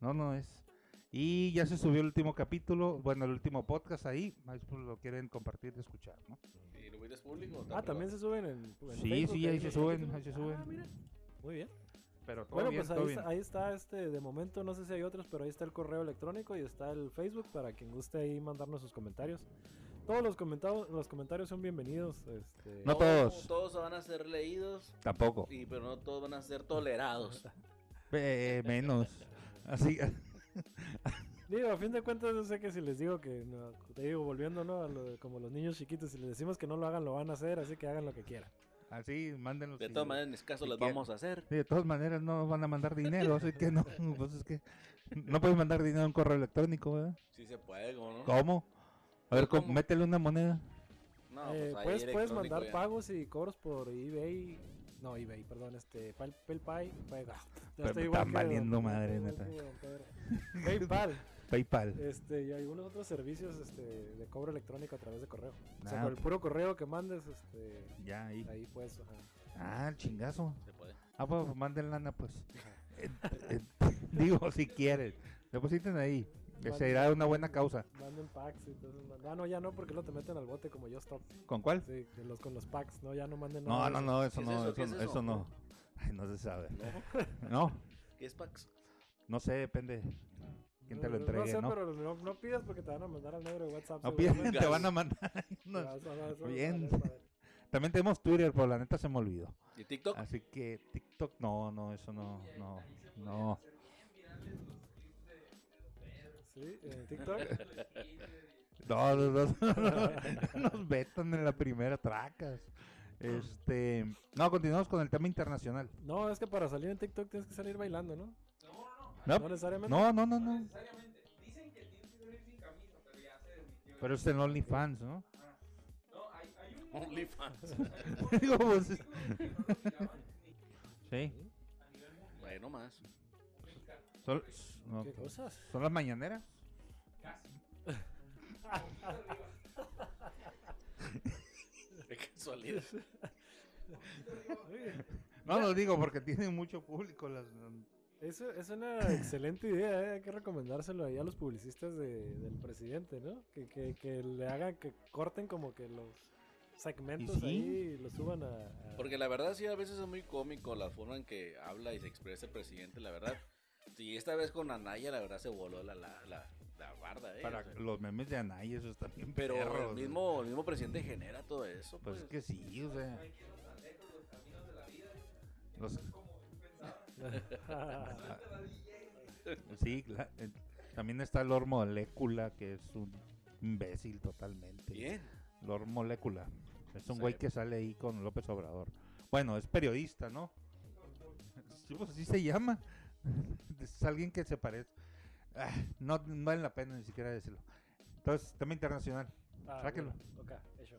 Speaker 1: no, no es. Y ya se subió el último capítulo, bueno, el último podcast ahí, ahí por lo quieren compartir y escuchar, ¿no?
Speaker 3: ¿Y lo ves público? o está
Speaker 2: Ah, también se
Speaker 3: privado?
Speaker 2: suben en, en
Speaker 1: Sí, sí, ahí se
Speaker 2: los
Speaker 1: suben,
Speaker 2: capítulos.
Speaker 1: ahí se
Speaker 2: Ah, mira.
Speaker 1: suben.
Speaker 2: Muy bien.
Speaker 1: Pero todo
Speaker 2: Bueno,
Speaker 1: bien,
Speaker 2: pues
Speaker 1: todo
Speaker 2: ahí
Speaker 1: bien.
Speaker 2: está, ahí está este, de momento no sé si hay otros, pero ahí está el correo electrónico y está el Facebook para quien guste ahí mandarnos sus comentarios. Todos los, comentado- los comentarios son bienvenidos. Este,
Speaker 1: No todos. Oh.
Speaker 3: Todos van a ser leídos,
Speaker 1: Tampoco.
Speaker 3: y, pero no todos van a ser tolerados.
Speaker 1: Eh, menos. Así.
Speaker 2: Digo, a fin de cuentas, yo sé que si les digo que, no- te digo, volviendo, ¿no? A lo de como los niños chiquitos, si les decimos que no lo hagan, lo van a hacer, así que hagan lo que quieran.
Speaker 1: Así, mándenlos.
Speaker 3: De
Speaker 1: y-
Speaker 3: todas maneras, en escaso
Speaker 1: si
Speaker 3: las
Speaker 1: quieren.
Speaker 3: vamos a hacer.
Speaker 1: Sí, de todas maneras no nos van a mandar dinero, así que no. Pues es que no puedes mandar dinero en correo electrónico, ¿verdad?
Speaker 3: Si se puede, ¿cómo no?
Speaker 1: ¿Cómo? A ver,
Speaker 3: ¿Cómo?
Speaker 1: com- métele una moneda.
Speaker 3: No,
Speaker 2: Eh,
Speaker 3: pues ahí
Speaker 2: puedes, puedes
Speaker 3: electrónico
Speaker 2: mandar
Speaker 3: ya.
Speaker 2: pagos y cobros por eBay. No, eBay, perdón, este. Pal, PayPal. Pay, ah, ya
Speaker 1: Pero
Speaker 2: estoy
Speaker 1: me
Speaker 2: igual
Speaker 1: están
Speaker 2: que don-
Speaker 1: valiendo madre,
Speaker 2: estoy
Speaker 1: neta.
Speaker 2: igual que don Pedro. PayPal.
Speaker 1: PayPal.
Speaker 2: Este, y algunos otros servicios este, de cobro electrónico a través de correo. O sea,
Speaker 1: Ah,
Speaker 2: con el
Speaker 1: ok.
Speaker 2: puro correo que mandes, este,
Speaker 1: Ya ahí.
Speaker 2: ahí pues, puedes. ajá.
Speaker 1: Ah, chingazo.
Speaker 3: Se puede.
Speaker 1: Ah, pues pues, manden lana, pues. Eh, eh, Digo, si quieren. Depositen ahí. que
Speaker 2: Manden-
Speaker 1: Será una buena causa.
Speaker 2: Manden packs y todo eso. Ah, no, ya no, porque lo te meten al bote como yo stop.
Speaker 1: ¿Con cuál?
Speaker 2: Sí, de los, con los packs, no, ya no manden
Speaker 1: No,
Speaker 2: nada
Speaker 1: no,
Speaker 2: de
Speaker 1: no, eso
Speaker 3: ¿Qué es
Speaker 1: no,
Speaker 3: eso? ¿Qué
Speaker 1: eso,
Speaker 3: es eso?
Speaker 1: eso no. Ay, no se sabe.
Speaker 3: No,
Speaker 1: No,
Speaker 3: ¿qué es Pax?
Speaker 1: no sé, depende. ¿Quién te lo
Speaker 2: No
Speaker 1: entregue,
Speaker 2: sé,
Speaker 1: no?
Speaker 2: pero no, no pidas porque te van a mandar al negro de WhatsApp.
Speaker 1: No piden,
Speaker 2: seguramente.
Speaker 1: te van a mandar. unos-
Speaker 2: Vas a- vas a-
Speaker 1: Bien.
Speaker 2: vas a ver.
Speaker 1: También tenemos Twitter, pero la neta se me olvidó.
Speaker 3: ¿Y TikTok?
Speaker 1: Así que TikTok, no, no, eso no, no, no.
Speaker 2: Sí, en TikTok.
Speaker 1: No, no, no, no, nos vetan en la primera tracas. Este, no, continuamos con el tema internacional.
Speaker 2: No, es que para salir en TikTok tienes que salir bailando, ¿no?
Speaker 1: No,
Speaker 2: No necesariamente.
Speaker 1: no, no, no. no. Pero es en OnlyFans, ¿no?
Speaker 3: OnlyFans.
Speaker 1: Digo, pues, es- sí,
Speaker 3: Bueno, más.
Speaker 1: son, no,
Speaker 2: ¿Qué cosas?
Speaker 1: ¿son las mañaneras.
Speaker 3: Qué casualidad.
Speaker 2: Oye,
Speaker 1: No lo digo porque tienen mucho público. Las,
Speaker 2: Eso es una excelente idea, ¿eh? hay que recomendárselo ahí a los publicistas de- del presidente, ¿no? Que, que, que le hagan, que corten como que los segmentos
Speaker 1: sí?
Speaker 2: ahí y los suban a... a-
Speaker 3: Porque la verdad sí, a veces es muy cómico la forma en que habla y se expresa el presidente, la verdad. Sí, esta vez con Anaya, la verdad, se voló la, la, la, la barda, ¿eh?
Speaker 1: para
Speaker 3: O sea,
Speaker 1: los memes de Anay, eso está bien.
Speaker 3: pero
Speaker 1: perro,
Speaker 3: el mismo, el mismo presidente genera todo eso,
Speaker 1: Pues
Speaker 3: pues.
Speaker 1: es que sí, o sea. ¿eh? Los- sí, cla- eh, también está Lord Molecula, que es un imbécil totalmente.
Speaker 3: Bien.
Speaker 1: Lord Molecula. Es un
Speaker 3: Sí.
Speaker 1: güey que sale ahí con López Obrador. Bueno, es periodista, ¿no? Sí, pues así se llama. Es alguien que se parece. Ah, no, no vale la pena ni siquiera decirlo. Entonces, tema internacional.
Speaker 2: Ah,
Speaker 1: sáquenlo.
Speaker 2: bueno, ok, hecho.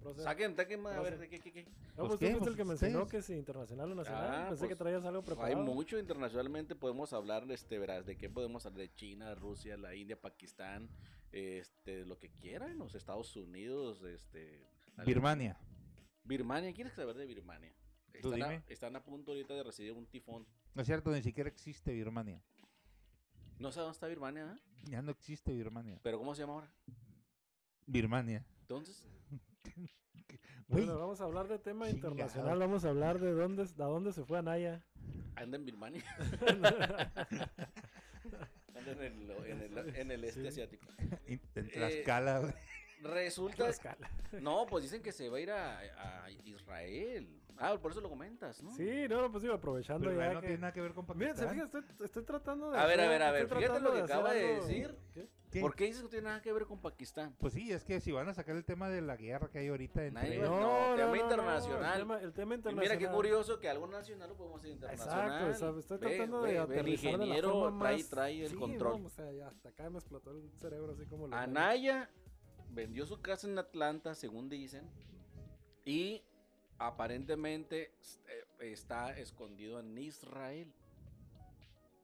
Speaker 2: Proceda.
Speaker 3: Saquen, saquen más. A
Speaker 2: No
Speaker 3: ver,
Speaker 2: sé.
Speaker 3: ¿qué, qué, qué?
Speaker 2: No,
Speaker 1: Pues,
Speaker 2: pues
Speaker 1: ¿qué?
Speaker 2: tú fuiste el
Speaker 1: Pues,
Speaker 2: que mencionó
Speaker 1: ustedes.
Speaker 2: que si internacional o nacional,
Speaker 3: Ah,
Speaker 2: pensé que
Speaker 3: pues,
Speaker 2: traías algo
Speaker 3: Hay
Speaker 2: preparado.
Speaker 3: mucho internacionalmente, podemos hablar, este, verás, de qué podemos hablar, de China, Rusia, la India, Pakistán, este, lo que quieran, los Estados Unidos, este... Ale-
Speaker 1: Birmania.
Speaker 3: Birmania, ¿quieres saber de Birmania?
Speaker 1: Tú
Speaker 3: Están,
Speaker 1: dime.
Speaker 3: A, están a punto ahorita de recibir un tifón.
Speaker 1: No es cierto, ni siquiera existe Birmania.
Speaker 3: No sé dónde está Birmania, ¿ah?
Speaker 1: Ya no existe Birmania.
Speaker 3: pero ¿cómo se llama ahora?
Speaker 1: Birmania.
Speaker 3: Entonces,
Speaker 1: Güey,
Speaker 2: Bueno, vamos a hablar de tema
Speaker 1: Chingado.
Speaker 2: internacional, vamos a hablar de dónde, de dónde se fue Anaya.
Speaker 3: anda en Birmania, anda en el, en el- en el este
Speaker 2: Sí.
Speaker 3: asiático.
Speaker 1: in- en
Speaker 3: eh,
Speaker 1: Tlaxcala, güey.
Speaker 3: Resulta... No, pues dicen que se va a ir a, a Israel. Ah, por eso lo comentas, ¿no?
Speaker 2: Sí, no, pues digo, aprovechando
Speaker 1: Birmania
Speaker 2: ya
Speaker 1: no
Speaker 2: que-
Speaker 1: tiene nada que ver con
Speaker 2: Mira, se
Speaker 1: Pakistán.
Speaker 2: fija, estoy, estoy tratando de.
Speaker 3: A ver, a ver, a ver,
Speaker 2: estoy
Speaker 3: fíjate
Speaker 2: tratando
Speaker 3: lo que
Speaker 2: hacer
Speaker 3: acaba de
Speaker 2: algo-
Speaker 3: decir.
Speaker 2: ¿Qué?
Speaker 1: ¿Qué?
Speaker 3: ¿Por qué dices que no tiene nada que ver con Pakistán?
Speaker 1: Pues sí, es que si van a sacar el tema de la guerra que hay ahorita entre...
Speaker 3: Nadie va-
Speaker 1: ellos.
Speaker 3: No, tema internacional.
Speaker 2: El tema, el tema
Speaker 3: Y
Speaker 2: internacional.
Speaker 3: mira qué curioso que algo nacional lo podemos hacer internacional.
Speaker 2: Exacto, o sea, estoy
Speaker 3: Ve,
Speaker 2: tratando
Speaker 3: ve,
Speaker 2: de
Speaker 3: ve, El
Speaker 2: aterrizar de la
Speaker 3: ingeniero
Speaker 2: forma
Speaker 3: trae,
Speaker 2: más-
Speaker 3: trae el
Speaker 2: Sí,
Speaker 3: control.
Speaker 2: no, o sea, ya hasta acá me explotó el cerebro así como lo.
Speaker 3: Anaya vendió su casa en Atlanta, según dicen, y aparentemente s- eh, está escondido en Israel.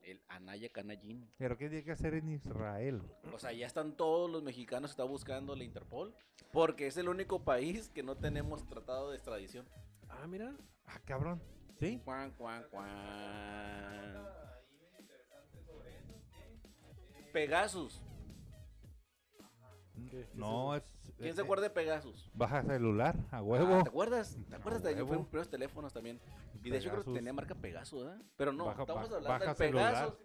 Speaker 3: El Anaya Canallín.
Speaker 1: Pero ¿qué tiene que hacer en Israel?
Speaker 3: O sea, ya están todos los mexicanos que está buscando la Interpol. Porque es el único país que no tenemos tratado de extradición.
Speaker 2: Ah, mira.
Speaker 1: Ah, cabrón. ¿Sí?
Speaker 3: Cuan, cuan, cuan. Pegasus.
Speaker 2: ¿Qué? ¿Qué
Speaker 1: No, es...
Speaker 3: ¿Quién
Speaker 1: eh,
Speaker 3: se acuerda de Pegasus?
Speaker 1: Baja celular, a
Speaker 3: Ah,
Speaker 1: huevo.
Speaker 3: ¿Te acuerdas? ¿Te acuerdas de que
Speaker 1: huevo.
Speaker 3: fueron primeros teléfonos también? Y de hecho creo que
Speaker 1: Pegasus.
Speaker 3: tenía marca Pegaso, ¿verdad? Pero no,
Speaker 1: Baja-
Speaker 3: estamos
Speaker 1: ba-
Speaker 3: hablando
Speaker 1: baja
Speaker 3: del
Speaker 1: celular.
Speaker 3: Pegasus.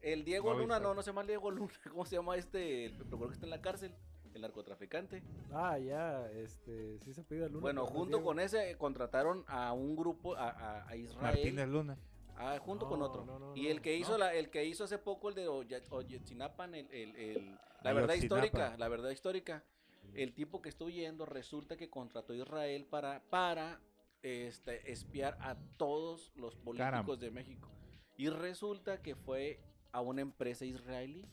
Speaker 3: El Diego Luna,
Speaker 1: Movistar.
Speaker 3: no, no se llama Diego Luna. ¿Cómo se llama este? El primero que está en la cárcel. el narcotraficante.
Speaker 2: Ah, ya, este, sí se pide el lunes.
Speaker 3: Bueno,
Speaker 2: pero no
Speaker 3: junto
Speaker 2: llega.
Speaker 3: con ese eh, contrataron a un grupo, a, a- a Israel,
Speaker 1: Martínez Luna.
Speaker 3: ah, junto con
Speaker 2: No,
Speaker 3: otro.
Speaker 2: no, no,
Speaker 3: y
Speaker 2: no,
Speaker 3: el que hizo
Speaker 2: no.
Speaker 3: la, el que hizo hace poco el de Oya- Oyetzinapan, el, el- el- la verdad
Speaker 1: Ayotzinapa.
Speaker 3: histórica, la verdad histórica. El tipo que está huyendo resulta que contrató a Israel para, para este, espiar a todos los políticos
Speaker 1: Caramba.
Speaker 3: de México. Y resulta que fue a una empresa israelí.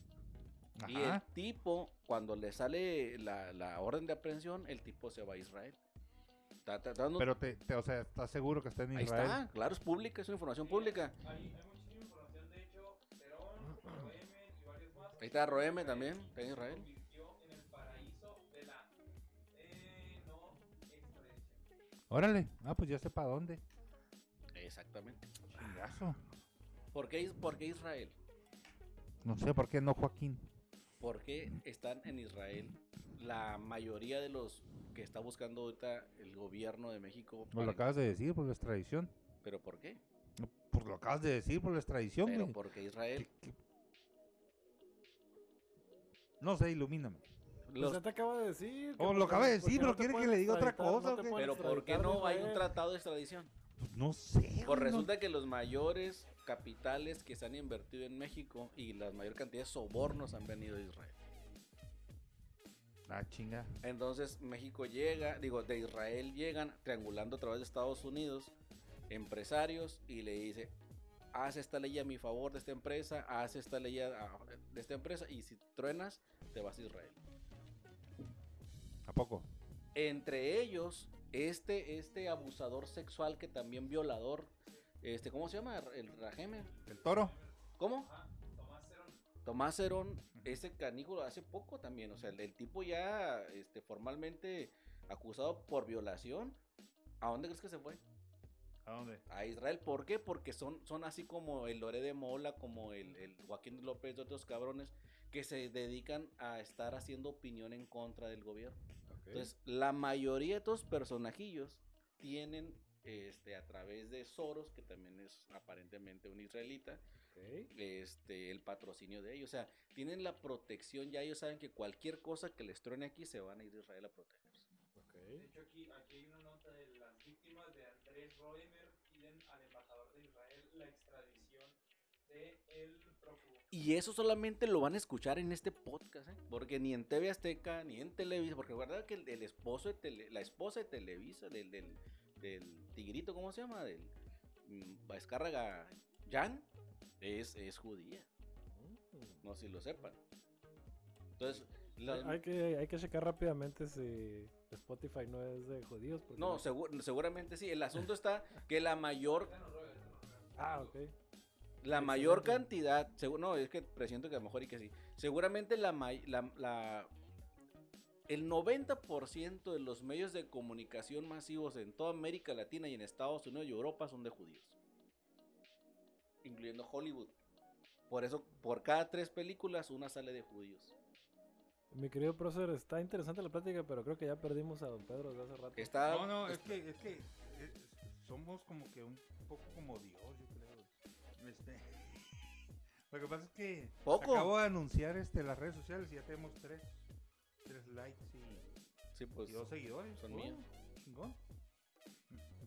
Speaker 3: Y el
Speaker 1: Ajá.
Speaker 3: tipo, cuando le sale la, la orden de aprehensión, el tipo se va a Israel. Está- está dando-
Speaker 1: Pero te, te- o sea, ¿estás seguro que está en
Speaker 3: ahí
Speaker 1: Israel?
Speaker 3: está, claro, es pública, es una información pública.
Speaker 4: Hay, hay muchísima información, de hecho, Perón, Roemen y varios más.
Speaker 3: Ahí está Roemer también, está en Israel.
Speaker 4: Se convirtió en el paraíso de la eh, no extradición.
Speaker 1: Órale. Ah, pues ya sé para dónde.
Speaker 3: Exactamente.
Speaker 1: Chingazo.
Speaker 3: ¿Por qué, Is- por qué Israel?
Speaker 1: No sé por qué no Joaquín.
Speaker 3: ¿Por qué están en Israel la mayoría de los que está buscando ahorita el gobierno de México?
Speaker 1: Pues lo
Speaker 3: para-
Speaker 1: acabas de decir por la extradición.
Speaker 3: ¿Pero por qué?
Speaker 1: Pues lo acabas de decir por la extradición,
Speaker 3: ¿Pero
Speaker 1: güey.
Speaker 3: por qué Israel?
Speaker 1: ¿Qué- qué? No sé, ilumíname.
Speaker 2: Pues
Speaker 3: Los-
Speaker 2: ya te acabo de decir. que pues,
Speaker 1: Oh,
Speaker 2: por
Speaker 1: lo
Speaker 2: qué-
Speaker 1: acaba de
Speaker 2: por qué
Speaker 1: decir, pero
Speaker 2: te
Speaker 1: ¿quiere que
Speaker 2: pueden
Speaker 1: le diga otra
Speaker 2: extraditar,
Speaker 1: cosa
Speaker 2: te
Speaker 1: o qué?
Speaker 2: pueden
Speaker 3: ¿Pero por qué
Speaker 2: extraditar de
Speaker 3: no hay un
Speaker 2: Israel?
Speaker 3: tratado de extradición?
Speaker 1: Pues no sé.
Speaker 3: Pues
Speaker 1: güey, no-
Speaker 3: resulta que los mayores capitales que se han invertido en México y la mayor cantidad de sobornos han venido de Israel.
Speaker 1: Ah, chinga.
Speaker 3: Entonces México llega, digo, de Israel llegan triangulando a través de Estados Unidos empresarios y le dice, haz esta ley a mi favor de esta empresa, haz esta ley a- a- de esta empresa y si truenas te vas a Israel.
Speaker 1: ¿A poco?
Speaker 3: Entre ellos, este, este abusador sexual que también violador, este, ¿cómo se llama? El Rajeme.
Speaker 1: ¿El toro?
Speaker 3: ¿Cómo? Tomás Herón, ese canículo hace poco también, o sea, el, el tipo ya este, formalmente acusado por violación, ¿a dónde crees que se fue?
Speaker 1: ¿A dónde?
Speaker 3: A Israel, ¿por qué? Porque son, son así como el Lore de Mola, como el, el Joaquín López de otros cabrones que se dedican a estar haciendo opinión en contra del gobierno. Entonces, la mayoría de estos personajillos tienen este, a través de Soros, que también es aparentemente un israelita,
Speaker 2: Ok.
Speaker 3: este, el patrocinio de ellos. O sea, tienen la protección, ya ellos saben que cualquier cosa que les truene aquí se van a ir a Israel a protegerse.
Speaker 4: De hecho, aquí, aquí hay una nota de las víctimas de Andrés Roemer piden al embajador de Israel la extradición de el prófugo.
Speaker 3: Y eso solamente lo van a escuchar en este podcast, ¿eh? porque ni en TV Azteca, ni en Televisa, porque verdad que el, el esposo de Tele- la esposa de Televisa, del, del, del tigrito, ¿cómo se llama? Del mm, Azcárraga Jan, es, es judía,
Speaker 2: Mm.
Speaker 3: no sé si lo sepan. Entonces, los-
Speaker 2: Hay que, hay que checar rápidamente si Spotify no es de judíos. porque
Speaker 3: no, segu- seguramente sí, el asunto está que la mayor
Speaker 2: Ah, ok.
Speaker 3: La mayor
Speaker 2: Excelente.
Speaker 3: cantidad, seguro, no, es que presiento que a lo mejor y que sí. Seguramente la, may- la, la- el 90% de los medios de comunicación masivos en toda América Latina y en Estados Unidos y Europa son de judíos. Incluyendo Hollywood. Por eso, por cada tres películas, una sale de judíos.
Speaker 2: Mi querido prócer, está interesante la plática, pero creo que ya perdimos a don Pedro desde hace rato.
Speaker 3: Está,
Speaker 1: No, no, es que, es que eh, somos como que un poco como Dios, yo creo. Este, lo que pasa es que
Speaker 3: Poco.
Speaker 1: acabo de anunciar este, las redes sociales y ya tenemos tres, tres likes y,
Speaker 3: sí, pues,
Speaker 1: y dos seguidores. Oh,
Speaker 3: son míos.
Speaker 1: Chingón.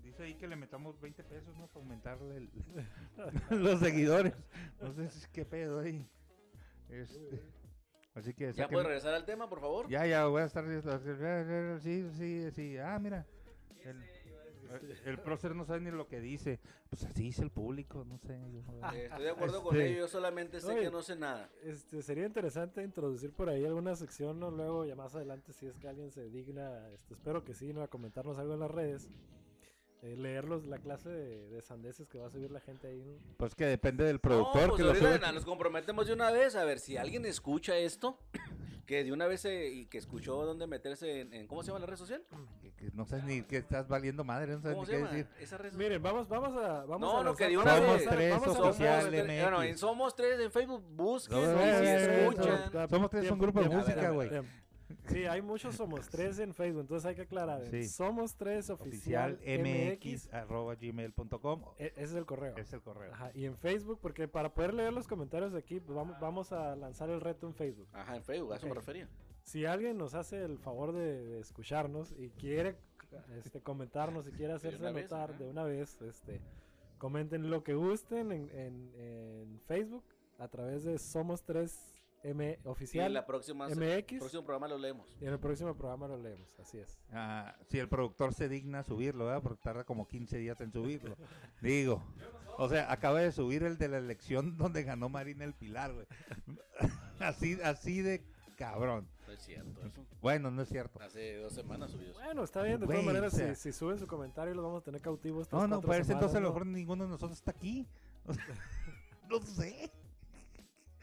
Speaker 1: Dice ahí que le metamos 20 pesos, ¿no? Para aumentarle el- los seguidores. No sé si- qué pedo ahí. Este, así que
Speaker 3: ¿Ya
Speaker 1: saquen-
Speaker 3: puedes regresar al tema, por favor?
Speaker 1: ya, ya, voy a estar. Sí, sí, sí. Ah, mira. El, el prócer no sabe ni lo que dice. Pues así dice el público, no sé. yo no-
Speaker 3: Eh, Estoy de acuerdo con
Speaker 1: Este.
Speaker 3: ello, yo solamente sé
Speaker 2: Oye.
Speaker 3: que no sé nada.
Speaker 2: Este, sería interesante introducir por ahí alguna sección o luego ya más adelante si es que alguien se digna, este, espero que sí, ¿no? a comentarnos algo en las redes, eh, leerlos la clase de, de sandeces que va a subir la gente ahí. ¿no?
Speaker 1: Pues que depende del productor
Speaker 3: Ah. No, pues
Speaker 1: que lo
Speaker 3: ahorita
Speaker 1: sube.
Speaker 3: na- nos comprometemos de una vez a ver si alguien escucha esto, que de una vez se- y que escuchó dónde meterse en, en- ¿cómo se llama la red social?
Speaker 1: Que, que no sabes ni que estás valiendo madre, no sabes
Speaker 3: ¿Cómo
Speaker 1: ni
Speaker 3: se
Speaker 1: qué
Speaker 3: llama?
Speaker 1: decir.
Speaker 3: Esa red social.
Speaker 2: Miren, vamos, vamos a... Vamos
Speaker 3: No,
Speaker 2: a
Speaker 3: lo
Speaker 2: lanzar-
Speaker 3: que de una
Speaker 2: vamos
Speaker 3: vez.
Speaker 2: a lanzar-
Speaker 1: Somos tres
Speaker 2: vamos a
Speaker 3: Somos,
Speaker 2: lanzar-
Speaker 1: oficiales.
Speaker 3: tres-
Speaker 1: LMX.
Speaker 3: este bueno, en Somos Tres en Facebook, busquen
Speaker 1: No,
Speaker 3: y si
Speaker 1: eh,
Speaker 3: escuchan.
Speaker 1: somos- somos tres, un
Speaker 2: Tiempo,
Speaker 1: grupo de
Speaker 2: tiempo,
Speaker 1: música,
Speaker 2: tiempo,
Speaker 1: güey.
Speaker 2: tiempo. Sí, hay muchos Somos Tres en Facebook, entonces hay que aclarar.
Speaker 1: Sí.
Speaker 2: Somos Tres Oficial, MX.
Speaker 1: arroba gmail.com
Speaker 2: e- Ese es el correo.
Speaker 1: es el correo.
Speaker 2: Ajá, y en Facebook, porque para poder leer los comentarios de aquí, pues vamos, vamos a lanzar el reto en Facebook.
Speaker 3: Ajá, en Facebook, a eso me
Speaker 2: Ok.
Speaker 3: refería.
Speaker 2: Si alguien nos hace el favor de, de escucharnos y quiere este, comentarnos y quiere hacerse
Speaker 3: una vez,
Speaker 2: notar
Speaker 3: ajá.
Speaker 2: de una vez, este, comenten lo que gusten en, en- en Facebook a través de Somos 3M
Speaker 3: Y en
Speaker 2: Oficial
Speaker 3: la próxima,
Speaker 2: MX.
Speaker 3: próximo programa lo leemos.
Speaker 2: Y en el próximo programa lo leemos, así es.
Speaker 1: Ah, si el productor se digna a subirlo, ¿verdad? Porque tarda como 15 días en subirlo. Digo, o sea, acaba de subir el de la elección donde ganó Marina el Pilar, güey. así, así de cabrón.
Speaker 3: No es cierto eso.
Speaker 1: Bueno, no es cierto.
Speaker 3: Hace dos semanas subió eso.
Speaker 2: Bueno, está bien, de
Speaker 1: Güey,
Speaker 2: todas maneras,
Speaker 1: o sea-
Speaker 2: si, si suben su comentario, los vamos a tener cautivos. tres,
Speaker 1: No, no,
Speaker 2: cuatro
Speaker 1: parece entonces a lo
Speaker 2: semanas,
Speaker 1: mejor ninguno de nosotros está aquí. no sé.
Speaker 2: ¿no?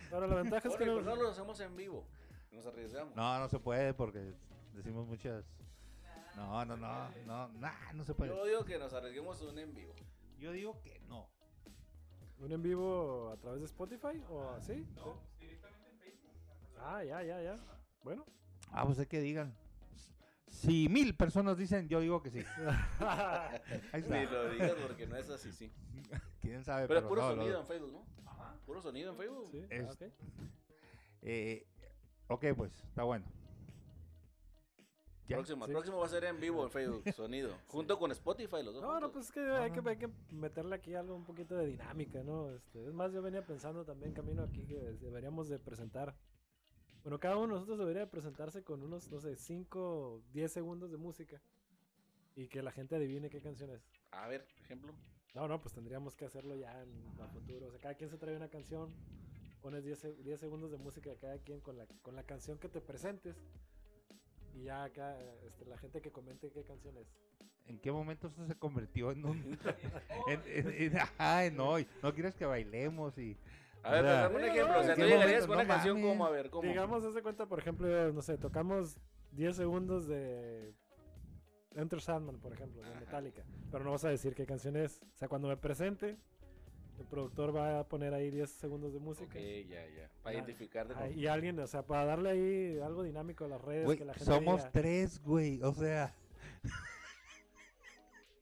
Speaker 2: Pero la ventaja es que
Speaker 3: Jorge,
Speaker 2: no-
Speaker 3: pues no lo hacemos en vivo. Nos arriesgamos.
Speaker 1: No, no se puede porque decimos muchas. No, no, no, no, nah, no se puede.
Speaker 3: Yo digo que nos arriesguemos un en vivo.
Speaker 1: Yo digo que no.
Speaker 2: un en vivo a través de Spotify o así.
Speaker 4: No, pues, directamente en Facebook.
Speaker 2: Ah, ya, ya, ya. Bueno.
Speaker 1: Ah, pues es que digan. Si mil personas dicen, yo digo que sí. Ahí
Speaker 3: Ni
Speaker 1: está.
Speaker 3: lo digas porque no es así, sí.
Speaker 1: ¿Quién sabe?
Speaker 3: Pero es puro
Speaker 1: Eh, no, lo-
Speaker 3: sonido en Facebook, ¿no? Puro sonido en Facebook.
Speaker 2: Sí,
Speaker 1: Es-
Speaker 2: ah, ok.
Speaker 1: Eh, ok, pues, está bueno. Ya.
Speaker 3: Próximo,
Speaker 2: Sí.
Speaker 3: próximo va a ser en vivo en Facebook, sonido. Junto con Spotify, los
Speaker 2: No,
Speaker 3: dos.
Speaker 2: no,
Speaker 3: juntos.
Speaker 2: pues es que hay, que hay que meterle aquí algo un poquito de dinámica, ¿no? Este, es más, yo venía pensando también, Camino, aquí que deberíamos de presentar. Bueno, cada uno de nosotros debería de presentarse con unos, no sé, 5, 10 segundos de música. Y que la gente adivine qué canción es.
Speaker 3: A ver, por ejemplo.
Speaker 2: No, no, pues tendríamos que hacerlo ya en el futuro. O sea, cada quien se trae una canción, pones 10, se- 10 segundos de música de cada quien con la, con la canción que te presentes. Y ya acá este, la gente que comente qué canción es.
Speaker 1: ¿En qué momento eso se convirtió en un... en, en- en- ajá, en hoy. No quieres que bailemos y...
Speaker 3: A ver,
Speaker 1: O sea,
Speaker 3: pues, dame un
Speaker 2: Sí,
Speaker 3: ejemplo. O sea,
Speaker 2: ¿en
Speaker 3: tú
Speaker 2: qué
Speaker 1: momento?
Speaker 3: llegarías con una
Speaker 1: No
Speaker 3: canción
Speaker 1: mames.
Speaker 3: como, a ver, ¿cómo?
Speaker 2: Digamos, haz de cuenta, por ejemplo, no sé, tocamos 10 segundos de Enter Sandman, por ejemplo, de
Speaker 3: Ajá.
Speaker 2: Metallica. Pero no vas a decir qué canción es. O sea, cuando me presente, el productor va a poner ahí 10 segundos de música.
Speaker 3: Ok, ya, ya. Para
Speaker 2: Ya.
Speaker 3: identificarte
Speaker 2: Ah,
Speaker 3: con...
Speaker 2: y alguien, o sea, para darle ahí algo dinámico a las redes.
Speaker 1: Güey,
Speaker 2: que la gente
Speaker 1: somos
Speaker 2: diga,
Speaker 1: tres, güey. O sea...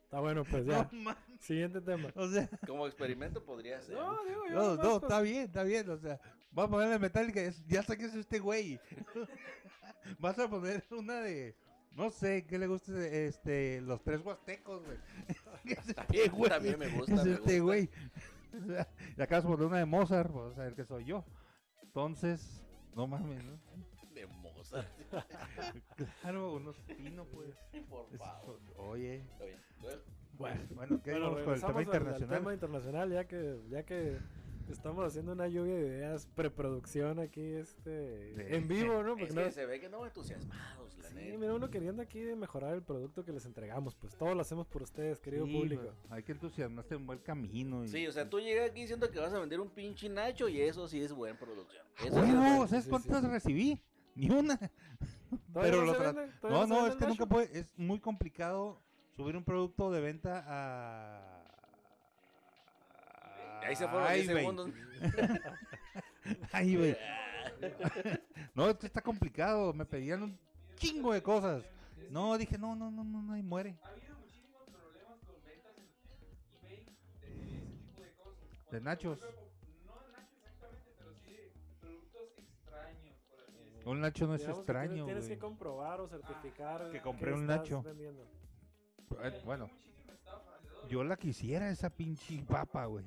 Speaker 2: Está bueno, pues ya.
Speaker 1: No, mames,
Speaker 2: Siguiente tema.
Speaker 1: o sea...
Speaker 3: Como experimento podría ser.
Speaker 2: No, digo yo.
Speaker 1: No,
Speaker 2: nomás,
Speaker 1: no,
Speaker 2: pues,
Speaker 1: está bien, está bien. O sea, va a poner la metálica. Ya sé que es este güey. Vas a poner una de. No sé, ¿qué le gusta este, los tres huastecos, güey? ¿Qué es este güey?
Speaker 3: También me gusta,
Speaker 1: ¿Qué es
Speaker 3: me
Speaker 1: este
Speaker 3: gusta.
Speaker 1: güey? O sea, y acabas de poner una de Mozart, pues vas a ver que soy yo. Entonces, no mames, ¿no?
Speaker 3: De Mozart.
Speaker 1: Claro, unos pino, pues.
Speaker 3: Por
Speaker 1: Es-
Speaker 3: favor.
Speaker 1: Oye.
Speaker 3: Está bien. Bueno,
Speaker 2: Bueno,
Speaker 1: Bueno, ¿qué
Speaker 2: bueno,
Speaker 1: digamos con el tema
Speaker 2: regresamos al- al
Speaker 1: internacional?
Speaker 2: tema internacional, ya que, ya que estamos haciendo una lluvia de ideas, preproducción aquí, este,
Speaker 1: De-
Speaker 2: en vivo, ¿no? Porque
Speaker 3: Es
Speaker 2: no-
Speaker 3: que se ve que no entusiasmados, la
Speaker 2: sí,
Speaker 3: neta.
Speaker 2: mira, uno queriendo aquí de mejorar el producto que les entregamos, pues todo lo hacemos por ustedes, querido
Speaker 1: Sí,
Speaker 2: público.
Speaker 1: güey, Hay que entusiasmarse en buen camino. y-
Speaker 3: Sí, o sea, tú llegas aquí diciendo que vas a vender un pinche Nacho y eso sí es buena producción. Eso sí es buena-
Speaker 1: ¡Huevo!
Speaker 2: sí,
Speaker 1: ¿Sabes
Speaker 2: sí,
Speaker 1: cuántas
Speaker 2: sí.
Speaker 1: recibí? Ni una.
Speaker 2: ¿Todavía
Speaker 1: Pero
Speaker 2: no
Speaker 1: lo
Speaker 2: se
Speaker 1: tra-
Speaker 2: vende? ¿Todavía
Speaker 1: No,
Speaker 2: se
Speaker 1: no,
Speaker 2: vende
Speaker 1: es
Speaker 2: el
Speaker 1: que
Speaker 2: Nacho?
Speaker 1: nunca puede. Es muy complicado subir un producto de venta a.
Speaker 3: Ahí se fueron
Speaker 1: Ay,
Speaker 3: 10
Speaker 1: güey.
Speaker 3: segundos.
Speaker 1: Ay, güey. No, esto está complicado. Me pedían un chingo de cosas. No, dije, no, no, no, no, no, y muere.
Speaker 4: Ha habido muchísimos problemas con ventas en eBay de ese tipo de cosas. Cuando se
Speaker 1: nachos.
Speaker 4: vuelve po- No de nachos exactamente, pero sí de productos extraños, por así decirlo.
Speaker 1: Un Nacho no es
Speaker 2: Digamos que tienes-
Speaker 1: extraño,
Speaker 2: Tienes
Speaker 1: güey. Ah,
Speaker 2: que comprobar o certificar
Speaker 1: que
Speaker 2: qué
Speaker 1: compré un
Speaker 2: estás
Speaker 1: Nacho.
Speaker 2: vendiendo.
Speaker 1: Eh, Bueno,
Speaker 4: Muchísima estafa, le doy.
Speaker 1: yo la quisiera esa pinche papa, güey.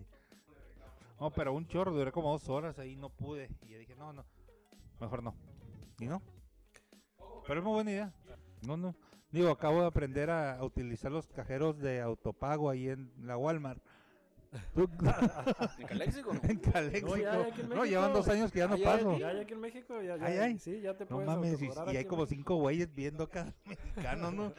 Speaker 1: No, pero un chorro, duré como dos horas ahí, no pude. Y yo dije, no, no, mejor no. ¿Y no? Pero es muy buena idea. No, no. Digo, acabo de aprender a, a utilizar los cajeros de autopago ahí en la Walmart. Tú-
Speaker 3: En Caléxico, ¿no?
Speaker 1: en Caléxico.
Speaker 2: No, ya, ya aquí en
Speaker 1: No,
Speaker 2: México.
Speaker 1: llevan dos años que ya no
Speaker 3: Ay, ay,
Speaker 1: paso.
Speaker 3: ay,
Speaker 2: Ya, ya aquí en México, ya, ya,
Speaker 1: Ay, ay.
Speaker 2: sí, ya te
Speaker 1: No
Speaker 2: puedes
Speaker 1: mames, y,
Speaker 2: autocobrar
Speaker 1: y hay
Speaker 2: aquí en
Speaker 1: como cinco güeyes viendo a cada mexicano, ¿no?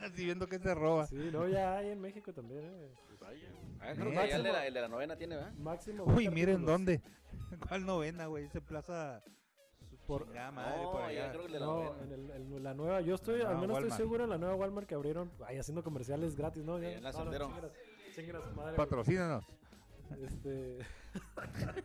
Speaker 1: Así viendo que se roba.
Speaker 2: Sí, no, ya hay en México también, eh.
Speaker 3: Vaya. Ah, creo que allá el de, la, el de la novena tiene, ¿verdad?
Speaker 2: Máximo.
Speaker 1: Uy,
Speaker 2: 20
Speaker 1: miren
Speaker 2: artículos.
Speaker 1: dónde. ¿Cuál novena, güey? Ese plaza.
Speaker 2: Por-
Speaker 1: Chingada madre, por
Speaker 3: No, ya
Speaker 1: allá.
Speaker 3: creo que el de la
Speaker 2: No,
Speaker 3: novena.
Speaker 2: en, el- en la nueva, yo estoy,
Speaker 1: La
Speaker 2: al
Speaker 1: nueva
Speaker 2: menos estoy
Speaker 1: Walmart.
Speaker 2: seguro en la nueva Walmart que abrieron, ay, haciendo comerciales gratis, ¿no?
Speaker 3: Sí, en la
Speaker 2: no, no,
Speaker 3: Sendero.
Speaker 2: chinguen a- chinguen a su madre, güey.
Speaker 1: Patrocínanos.
Speaker 2: Este,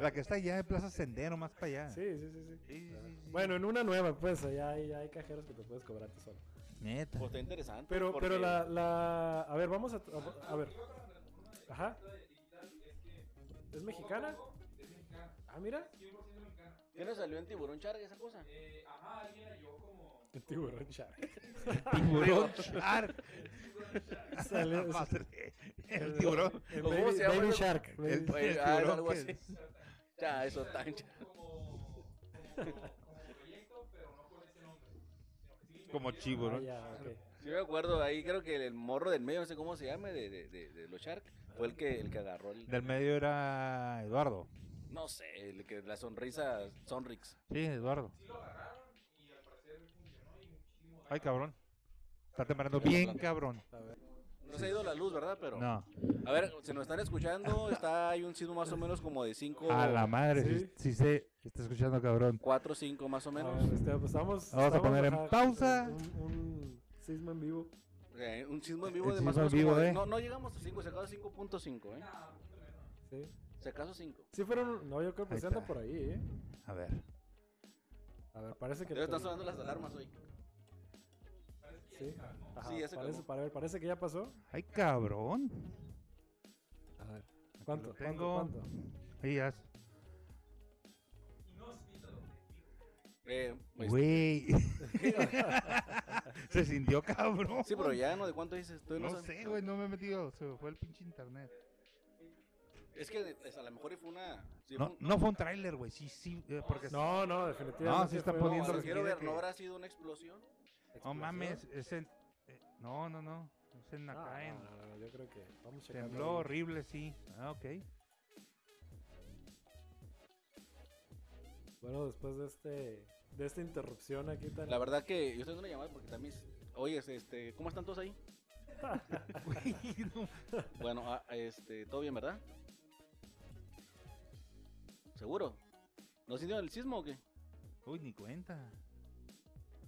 Speaker 1: La que está allá en Plaza Sendero, más para allá.
Speaker 2: sí, sí, sí, sí.
Speaker 1: Sí, sí, sí, sí.
Speaker 2: Bueno, en una nueva, pues, ya hay, ya hay cajeros que te puedes cobrar tú solo.
Speaker 1: Neta.
Speaker 3: Pues está interesante.
Speaker 2: Pero,
Speaker 3: porque-
Speaker 2: pero la, la, a ver, vamos a, a, a ver. Ajá. ¿Es mexicana?
Speaker 4: Es mexicano.
Speaker 2: Ah, mira.
Speaker 4: 100% mexicana.
Speaker 3: ¿Qué le salió en tiburón charga esa cosa?
Speaker 4: Eh, ajá, alguien la llevó como.
Speaker 2: El tiburón shark.
Speaker 1: Tiburón Shark.
Speaker 2: Sale-
Speaker 1: Madre, El tiburón.
Speaker 2: El
Speaker 3: ¿Cómo
Speaker 2: baby,
Speaker 3: se llama
Speaker 2: baby
Speaker 3: ese-
Speaker 2: shark. baby
Speaker 1: El-
Speaker 2: shark.
Speaker 3: Oye,
Speaker 1: el
Speaker 3: ah,
Speaker 1: tiburón
Speaker 3: algo
Speaker 1: que-
Speaker 3: así. Ya, eso tan
Speaker 4: Salió Como, como, como proyecto, pero no con ese nombre. sino que sí
Speaker 1: Como
Speaker 4: invirtieron.
Speaker 2: Ah,
Speaker 1: tiburón.
Speaker 2: ya, ok.
Speaker 3: Sí me acuerdo, ahí creo que el morro del medio, no sé cómo se llame, de, de, de, de los Shark, fue el que, el que agarró el...
Speaker 1: Del medio era Eduardo.
Speaker 3: No sé, el que la sonrisa Sonrix.
Speaker 1: Sí, Eduardo.
Speaker 4: Sí lo agarraron y al parecer funcionó y muchísimo
Speaker 1: Ay,
Speaker 4: ganó.
Speaker 1: cabrón. Está temblando bien, cabrón.
Speaker 3: No se ha ido la luz, ¿verdad? Pero...
Speaker 1: No.
Speaker 3: A ver, se nos están escuchando, está hay un sismo más o menos como de 5...
Speaker 1: A la madre, si
Speaker 2: Sí.
Speaker 1: se está escuchando, cabrón.
Speaker 3: 4 5 más o menos.
Speaker 2: A ver, este, pues estamos,
Speaker 1: Vamos a
Speaker 2: estamos,
Speaker 1: poner en
Speaker 2: ajá,
Speaker 1: pausa.
Speaker 2: Un, un sismo en vivo.
Speaker 3: Eh, un sismo en vivo
Speaker 1: El
Speaker 3: de más o
Speaker 1: sismo en
Speaker 3: menos
Speaker 1: vivo,
Speaker 3: como de-
Speaker 1: ¿eh?
Speaker 3: No, no llegamos a 5, se acaba 5.5, ¿eh?
Speaker 2: Sí.
Speaker 3: Se acaso 5.
Speaker 2: Sí fueron, no, yo creo que
Speaker 1: Ahí
Speaker 2: se anda
Speaker 1: está.
Speaker 2: por ahí, ¿eh?
Speaker 1: A ver.
Speaker 2: A ver, parece que...
Speaker 3: Debe estar
Speaker 2: todo-
Speaker 3: sonando las alarmas hoy.
Speaker 2: Sí. Ajá,
Speaker 3: Sí, ya se
Speaker 2: parece,
Speaker 3: acabó.
Speaker 2: para ver, parece que ya pasó.
Speaker 1: Ay, cabrón.
Speaker 2: A ver.
Speaker 1: lo
Speaker 2: ¿Cuánto?
Speaker 1: tengo.
Speaker 2: ¿Cuánto? cuánto?
Speaker 1: Ahí ya.
Speaker 3: Eh, pues,
Speaker 1: Güey. se sintió, cabrón.
Speaker 3: sí, pero ya no, ¿de cuánto dices? Tú
Speaker 1: No
Speaker 3: sabes.
Speaker 1: sé, güey, no me he metido. Se me fue el pinche internet.
Speaker 3: Es que de- a lo mejor y fue una... sí, fue
Speaker 1: No,
Speaker 3: un-
Speaker 1: no fue un tráiler, güey. Sí, sí. eh, Porque
Speaker 2: No, no, definitivamente.
Speaker 1: No, sí está
Speaker 2: fue-
Speaker 3: No,
Speaker 1: poniendo
Speaker 3: pero
Speaker 1: los-
Speaker 3: quiero ver,
Speaker 1: que-
Speaker 3: ¿no habrá sido una explosión? Ah,
Speaker 1: No
Speaker 2: explosión.
Speaker 1: mames, es en- eh, no, no, no. Es en
Speaker 2: No,
Speaker 1: acá, en-
Speaker 2: no, no, no, yo creo que vamos checando
Speaker 1: Tembló
Speaker 2: ahí.
Speaker 1: horrible, sí. Ah, ok.
Speaker 2: Bueno, después de este de esta interrupción aquí tan
Speaker 3: La verdad que yo estoy haciendo una llamada porque también... Oye, este, ¿cómo están todos ahí?
Speaker 1: Güey, no.
Speaker 3: Bueno, ah, este, todo bien, ¿verdad? ¿Seguro? ¿No sintieron el sismo o qué?
Speaker 1: Uy, ni cuenta.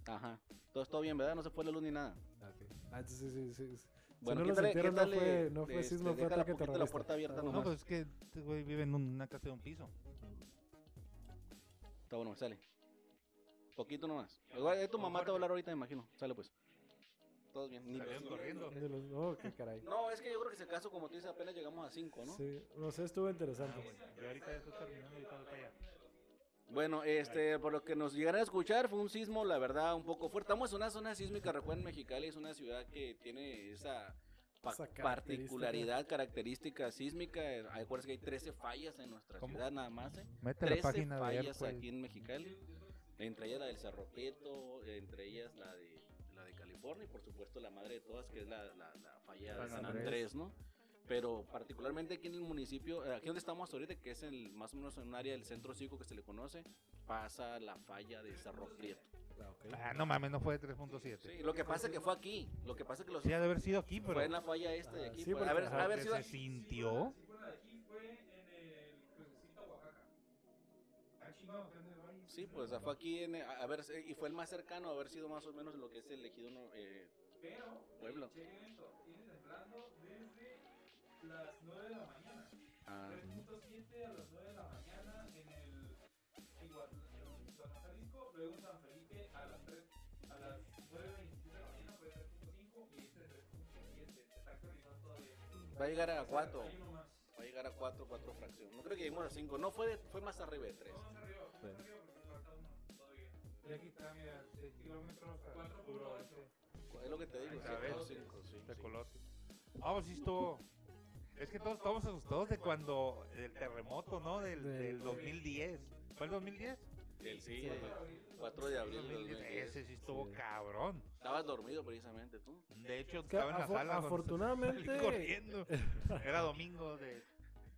Speaker 3: Ajá. Entonces todo bien, ¿verdad? No se fue la luz ni nada.
Speaker 2: Ah, ok. Ah, entonces sí, sí, sí, sí.
Speaker 3: Bueno,
Speaker 2: no lo
Speaker 3: quítale,
Speaker 2: sintieron, no
Speaker 3: quítale,
Speaker 2: fue- no fue sismo, fue
Speaker 3: déjala
Speaker 2: ataque
Speaker 3: poquito este, la
Speaker 2: terrorista.
Speaker 3: puerta abierta
Speaker 2: Ah,
Speaker 1: No,
Speaker 3: nomás.
Speaker 1: pues es que este güey vive en una casa de un piso.
Speaker 3: Está bueno, sale. Poquito nomás. Igual, eh, tu mamá te va a hablar ahorita, me imagino. Sale pues. Todos bien. Ni
Speaker 1: Salieron
Speaker 3: los-
Speaker 1: corriendo.
Speaker 2: De los- oh, qué caray.
Speaker 3: No, es que yo creo que se caso, como tú dices, apenas llegamos a 5, ¿no? Ah,
Speaker 2: Sí, no sé, estuvo interesante.
Speaker 1: Yo ahorita ya estoy terminando y todo para allá.
Speaker 3: Bueno, este, por lo que nos llegaron a escuchar, fue un sismo, la verdad, un poco fuerte. Estamos en una zona sísmica, recuerden, Mexicali es una ciudad que tiene esa, pa-
Speaker 2: Esa característica.
Speaker 3: particularidad, característica sísmica. Eh, Acuérdense que hay 13 fallas en nuestra
Speaker 1: ¿Cómo?
Speaker 3: ciudad nada más, ¿eh?
Speaker 1: Mete la
Speaker 3: 13
Speaker 1: página de
Speaker 3: fallas
Speaker 1: Airquake.
Speaker 3: aquí en Mexicali. Entre ellas la del Cerro Prieto, entre ellas la de, la de California y por supuesto la madre de todas, que es la, la- la falla de
Speaker 1: San
Speaker 3: San
Speaker 1: Andrés.
Speaker 3: Andrés, ¿no? Pero particularmente aquí en el municipio, eh, aquí donde estamos ahorita, que es el, más o menos en un área del centro cívico que se le conoce, pasa la falla de Cerro Prieto.
Speaker 2: Ah, ok.
Speaker 1: Ah, no mames, no fue de 3.7.
Speaker 3: Sí, lo que pasa es que fue aquí, lo que pasa es que los...
Speaker 1: Sí, ha de haber sido aquí, pero.
Speaker 3: Fue en la falla esta de
Speaker 2: Ah,
Speaker 3: aquí.
Speaker 2: sí,
Speaker 3: pues, a
Speaker 2: porque-
Speaker 3: ver,
Speaker 1: Ajá,
Speaker 3: a ver
Speaker 1: que
Speaker 3: si...
Speaker 1: se sintió.
Speaker 4: Sí, fue la de aquí, fue en el Crucecita, Oaxaca. Está chingado, Fernando del Valle.
Speaker 3: Sí, pues fue aquí, en, a a ver, eh, y fue el más cercano, a haber sido más o menos lo que es el ejido no- eh,
Speaker 4: Pero,
Speaker 3: pueblo.
Speaker 4: chequen esto, tiene temblando desde las 9 de la mañana.
Speaker 3: Ah,
Speaker 4: 3.7 a las 9 de la mañana en el en Guadalajara, en Guadalajara, Jalisco, luego en San Felipe a las 3 a las 9.27 de la mañana fue 3.5 y este 3.7 se está actualizando todavía.
Speaker 3: va a llegar a
Speaker 4: O sea,
Speaker 3: 4.
Speaker 4: Hay uno más.
Speaker 3: Va a llegar a 4, 4 fracciones. No creo que lleguemos a 5. No, fue, de- fue más arriba de 3.
Speaker 4: Vamos arriba, vamos
Speaker 2: Sí.
Speaker 4: arriba porque falta uno todavía.
Speaker 1: Y aquí está, mira, 6 kilómetros
Speaker 4: Cuatro puro ocho.
Speaker 3: Es lo que te digo.
Speaker 1: Ahí está, ¿ves?
Speaker 3: 5, sí,
Speaker 1: de
Speaker 3: sí.
Speaker 1: color. Ah, pues sí estuvo. Es que todos estábamos asustados de cuando el terremoto, ¿no? Del,
Speaker 2: Del-
Speaker 1: del 2010. ¿Fue el 2010?
Speaker 3: El sí, el 4 de abril del 2010.
Speaker 1: Ese sí estuvo
Speaker 2: Sí.
Speaker 1: cabrón.
Speaker 3: Estabas dormido precisamente tú.
Speaker 1: De hecho,
Speaker 2: Es que
Speaker 1: estaba en la
Speaker 2: afo-
Speaker 1: sala cuando
Speaker 2: afortunadamente-
Speaker 1: salí corriendo. Era domingo de.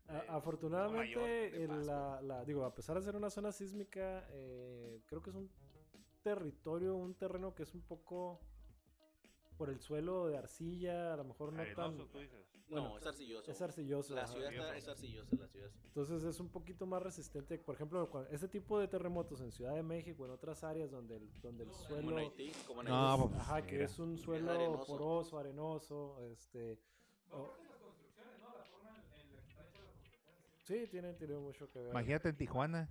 Speaker 2: A-
Speaker 1: Eh,
Speaker 2: afortunadamente,
Speaker 1: Nueva York, de
Speaker 2: el-
Speaker 1: Pascua.
Speaker 2: la, la- digo, a pesar de ser una zona sísmica, eh, creo que es un territorio, un terreno que es un poco por el suelo de arcilla, a lo mejor no
Speaker 1: Arenoso,
Speaker 2: tan...
Speaker 1: tú dices.
Speaker 2: Bueno, pues,
Speaker 3: no, es arcilloso.
Speaker 2: Es arcilloso.
Speaker 3: La
Speaker 2: ajá.
Speaker 3: ciudad está, es arcillosa, la ciudad.
Speaker 2: Entonces es un poquito más resistente. Por ejemplo, cua- este tipo de terremotos en Ciudad de México, en otras áreas donde el, donde el
Speaker 3: Como en
Speaker 2: suelo...
Speaker 3: Haití, como en
Speaker 1: No,
Speaker 3: Haití.
Speaker 1: pues,
Speaker 2: Ajá, que
Speaker 1: mira.
Speaker 2: es un suelo
Speaker 3: arenoso.
Speaker 2: poroso, arenoso, este...
Speaker 4: Va por las construcciones, ¿no? La forma en, en la que están hechas las construcciones.
Speaker 2: Sí, tiene, tiene mucho que ver.
Speaker 1: Imagínate en Tijuana.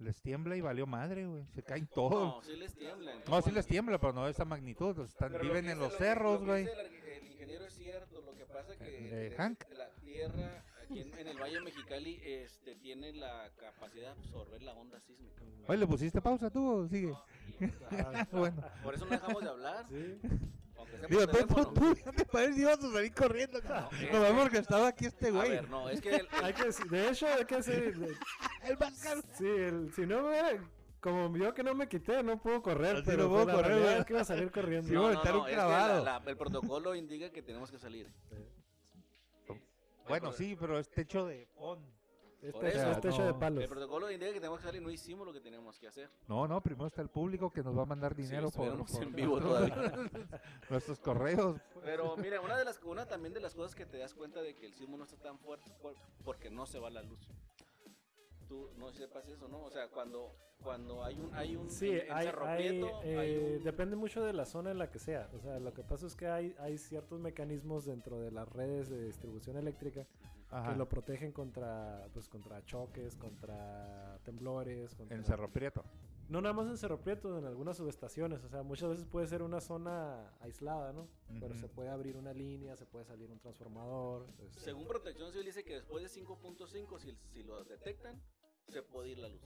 Speaker 1: Les tiembla y valió madre, güey. Se caen todo.
Speaker 3: No, sí les tiemblan.
Speaker 1: pues. No, sí les tiembla, pero no de esa magnitud. Están,
Speaker 3: Pero lo
Speaker 1: viven
Speaker 3: que
Speaker 1: en
Speaker 3: dice-
Speaker 1: los
Speaker 3: lo que-
Speaker 1: cerros,
Speaker 3: lo que
Speaker 1: güey.
Speaker 3: dice El, arqui- el ingeniero es cierto, lo que pasa es que
Speaker 1: Eh,
Speaker 3: el-
Speaker 1: Hank.
Speaker 3: la tierra aquí aquí en, en el Valle de Mexicali este, tiene la capacidad de absorber la onda sísmica.
Speaker 1: Oye, ¿le pusiste pausa tú o sigue?
Speaker 2: Ah,
Speaker 1: bueno.
Speaker 3: Por eso no dejamos de hablar.
Speaker 2: sí.
Speaker 3: Aunque sea por
Speaker 1: Digo, tú,
Speaker 3: teléfono.
Speaker 1: tú, tú, ya te parece que ibas a salir corriendo, cabrón.
Speaker 3: No,
Speaker 1: No,
Speaker 3: es que-
Speaker 1: porque estaba aquí este
Speaker 3: A
Speaker 1: güey.
Speaker 3: ver, no, es que el-
Speaker 2: Hay que, de hecho, hay que hacer.
Speaker 1: El bancar.
Speaker 2: Sí, el- si no me. Como yo que no me quité, no puedo correr.
Speaker 1: Así
Speaker 2: pero pues
Speaker 1: no puedo
Speaker 2: la
Speaker 1: correr,
Speaker 2: realidad
Speaker 1: ¿verdad?
Speaker 2: es que iba a salir corriendo.
Speaker 1: Sí,
Speaker 3: no,
Speaker 1: bueno,
Speaker 3: no,
Speaker 1: estar
Speaker 3: no,
Speaker 1: un
Speaker 3: es que la-
Speaker 1: clavado.
Speaker 3: la- el protocolo indica que tenemos que salir.
Speaker 1: Bueno, sí, pero es techo de pon.
Speaker 2: Es
Speaker 3: Por
Speaker 2: techo,
Speaker 3: eso, eh,
Speaker 2: es techo
Speaker 1: no.
Speaker 2: Este, de palos.
Speaker 3: El protocolo indica que tenemos que salir y no hicimos lo que teníamos que hacer.
Speaker 1: No, no, primero está el público que nos va a mandar dinero
Speaker 3: Sí,
Speaker 1: por,
Speaker 3: estuviéramos
Speaker 1: por
Speaker 3: en vivo
Speaker 1: nuestros, nuestros correos.
Speaker 3: Pero mira, una de las una también de las cosas que te das cuenta de que el sismo no está tan fuerte es por- porque no se va la luz. Tú no sepas eso, ¿no? O sea, cuando cuando hay un hay un
Speaker 2: Sí,
Speaker 3: en- en
Speaker 2: hay,
Speaker 3: Cerro
Speaker 2: hay,
Speaker 3: Prieto, hay
Speaker 2: eh,
Speaker 3: un-
Speaker 2: depende mucho de la zona en la que sea. O sea, lo que pasa es que hay, hay ciertos mecanismos dentro de las redes de distribución eléctrica
Speaker 1: Ajá,
Speaker 2: que lo protegen contra, pues, contra choques, contra temblores. Contra...
Speaker 1: en Cerro Prieto.
Speaker 2: No nada más en Cerro Prieto, en algunas subestaciones. O sea, muchas veces puede ser una zona aislada, ¿no? Pero
Speaker 1: Ujú.
Speaker 2: se puede abrir una línea, se puede salir un transformador. este,
Speaker 3: según Protección Civil dice que después de 5.5 si si lo detectan se puede ir la luz.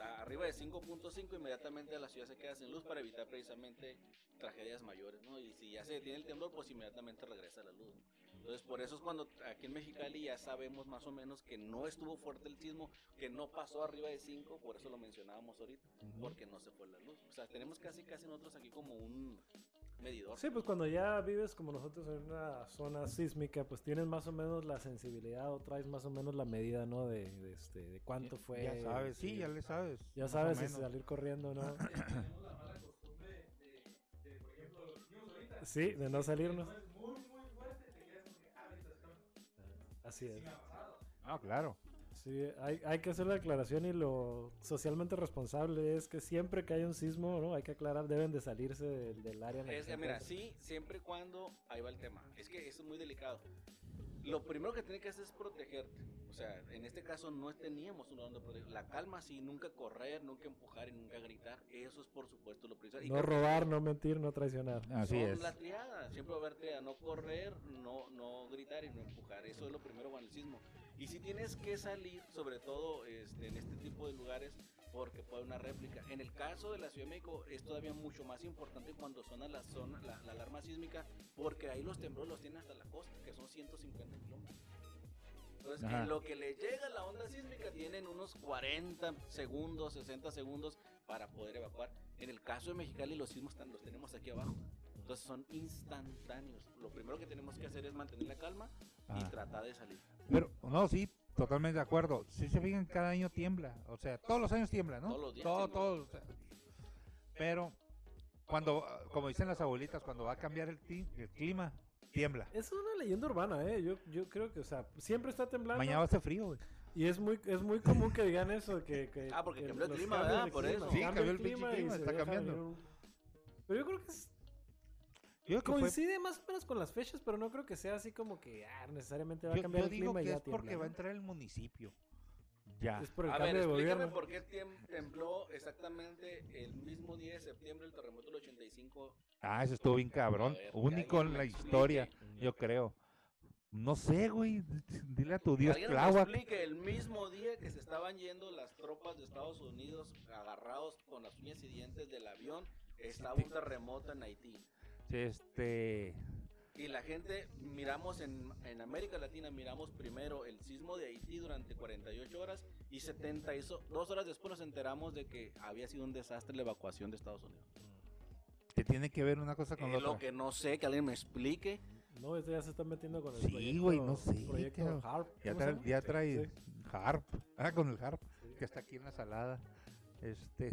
Speaker 3: A- Arriba de 5.5 inmediatamente la ciudad se queda sin luz para evitar precisamente tragedias mayores, ¿no? Y si ya se detiene el temblor, pues inmediatamente regresa la luz. Entonces, por eso es cuando aquí en Mexicali ya sabemos más o menos que no estuvo fuerte el sismo, que no pasó arriba de 5, por eso lo mencionábamos ahorita,
Speaker 2: ujú.
Speaker 3: porque no se fue la luz. O sea, tenemos casi casi nosotros aquí como un medidor.
Speaker 2: Sí, pues cuando ya vives como nosotros en una zona sísmica, pues tienes más o menos la sensibilidad o traes más o menos la medida, ¿no? De, de este, de cuánto fue.
Speaker 1: Ya sabes, sí,
Speaker 2: y-
Speaker 1: ya le sabes.
Speaker 2: ya
Speaker 1: más o
Speaker 2: sabes si
Speaker 1: menos.
Speaker 2: salir corriendo, ¿no?
Speaker 4: Tenemos la mala costumbre de, de, por ejemplo, lo que dijimos ahorita.
Speaker 2: Sí, de no salirnos.
Speaker 4: No es muy, muy fuerte, te quedas como que, ah, ahorita estamos.
Speaker 2: Así
Speaker 4: Sí
Speaker 2: es.
Speaker 4: me ha pasado.
Speaker 1: Ah, claro.
Speaker 2: Sí, hay, hay que hacer la aclaración y lo socialmente responsable es que siempre que hay un sismo, ¿no? Hay que aclarar, deben de salirse del, del área. en la que
Speaker 3: Es
Speaker 2: se
Speaker 3: que, mira,
Speaker 2: encuentran.
Speaker 3: sí, siempre y cuando, ahí va el tema, es que eso es muy delicado. Lo primero que tiene que hacer es protegerte. O sea, en este caso no teníamos un lugar donde proteger. La calma sí, nunca correr, nunca empujar y nunca gritar. Eso es por supuesto lo principal. Y
Speaker 2: No
Speaker 3: creo que
Speaker 2: robar, no mentir, no traicionar.
Speaker 1: Así
Speaker 3: son
Speaker 1: es.
Speaker 3: la triada, siempre va a haber triada, no correr, no, no gritar y no empujar, eso es lo primero con el sismo. Y si tienes que salir, sobre todo este, en este tipo de lugares, porque puede haber una réplica. En el caso de la Ciudad de México es todavía mucho más importante cuando suena la, zona, la, la alarma sísmica, porque ahí los temblores los tienen hasta la costa, que son 150 kilómetros. Entonces,
Speaker 1: Ajá.
Speaker 3: en lo que le llega la onda sísmica, tienen unos 40 segundos, 60 segundos para poder evacuar. En el caso de Mexicali, los sismos están, los tenemos aquí abajo. Entonces son instantáneos. Lo primero que tenemos que hacer es mantener la calma y
Speaker 1: Ajá.
Speaker 3: tratar de salir.
Speaker 1: Pero, no, sí, totalmente de acuerdo. Si se fijan, cada año tiembla. O sea, todos los años tiembla, ¿no?
Speaker 3: Todos los días
Speaker 1: Todo,
Speaker 3: tiembla.
Speaker 1: todo, o sea. Pero, cuando, ah, como dicen las abuelitas, cuando va a cambiar el, ti- el clima, tiembla.
Speaker 2: Es una leyenda urbana, ¿eh? Yo, yo creo que, o sea, siempre está temblando.
Speaker 1: Mañana va a estar frío, güey.
Speaker 2: Y es muy, es muy común que digan eso, que... que-
Speaker 3: Ah, porque
Speaker 2: que
Speaker 3: cambió el
Speaker 2: los
Speaker 3: clima,
Speaker 2: cambios
Speaker 3: ¿verdad?
Speaker 2: de
Speaker 3: Por eso.
Speaker 1: Sí,
Speaker 2: cambia
Speaker 1: cambió el pinche
Speaker 2: y
Speaker 1: clima,
Speaker 2: se
Speaker 1: está
Speaker 2: deja
Speaker 1: cambiando.
Speaker 2: venir un- Pero yo creo que es-
Speaker 1: Yo creo que fue-
Speaker 2: coincide más o menos con las fechas, pero no creo que sea así como que ah, necesariamente va
Speaker 1: yo-
Speaker 2: a cambiar
Speaker 1: yo
Speaker 2: el
Speaker 1: digo
Speaker 2: clima y
Speaker 1: que
Speaker 2: ya
Speaker 1: es porque
Speaker 2: tiembla,
Speaker 1: va a
Speaker 2: ¿no?
Speaker 1: entrar el municipio. Ya.
Speaker 2: Es por el
Speaker 3: A ver,
Speaker 2: cambio de
Speaker 3: explícame
Speaker 2: gobierno.
Speaker 3: por qué tiem- tembló exactamente el mismo día de septiembre el terremoto del 85.
Speaker 1: Ah, eso estuvo bien cabrón.
Speaker 3: A ver,
Speaker 1: Único
Speaker 3: alguien
Speaker 1: en
Speaker 3: me
Speaker 1: la historia,
Speaker 2: explique.
Speaker 1: yo creo. No sé, güey. Dile a tu
Speaker 3: Que
Speaker 1: Dios,
Speaker 3: alguien me
Speaker 1: Tláhuac.
Speaker 3: explique el mismo día que se estaban yendo las tropas de Estados Unidos agarrados con las uñas y dientes del avión, estaba un terremoto en Haití.
Speaker 1: Este.
Speaker 3: Y la gente, miramos en, en América Latina, miramos primero el sismo de Haití durante 48 horas y 72 horas después nos enteramos de que había sido un desastre la evacuación de Estados Unidos.
Speaker 1: Te tiene que ver una cosa con
Speaker 3: Es
Speaker 1: la
Speaker 3: Eh, lo
Speaker 1: otra.
Speaker 3: que no sé, que alguien me explique.
Speaker 2: No, este ya se está metiendo con el
Speaker 1: Sí,
Speaker 2: proyecto-
Speaker 1: güey, no sé,
Speaker 2: proyecto
Speaker 1: cabrón.
Speaker 2: HARP,
Speaker 1: Ya
Speaker 2: ¿cómo se
Speaker 1: trae,
Speaker 2: llama?
Speaker 1: ya trae
Speaker 2: Sí.
Speaker 1: harp. Ah, con el harp,
Speaker 2: Sí.
Speaker 1: que está aquí en la salada. Este.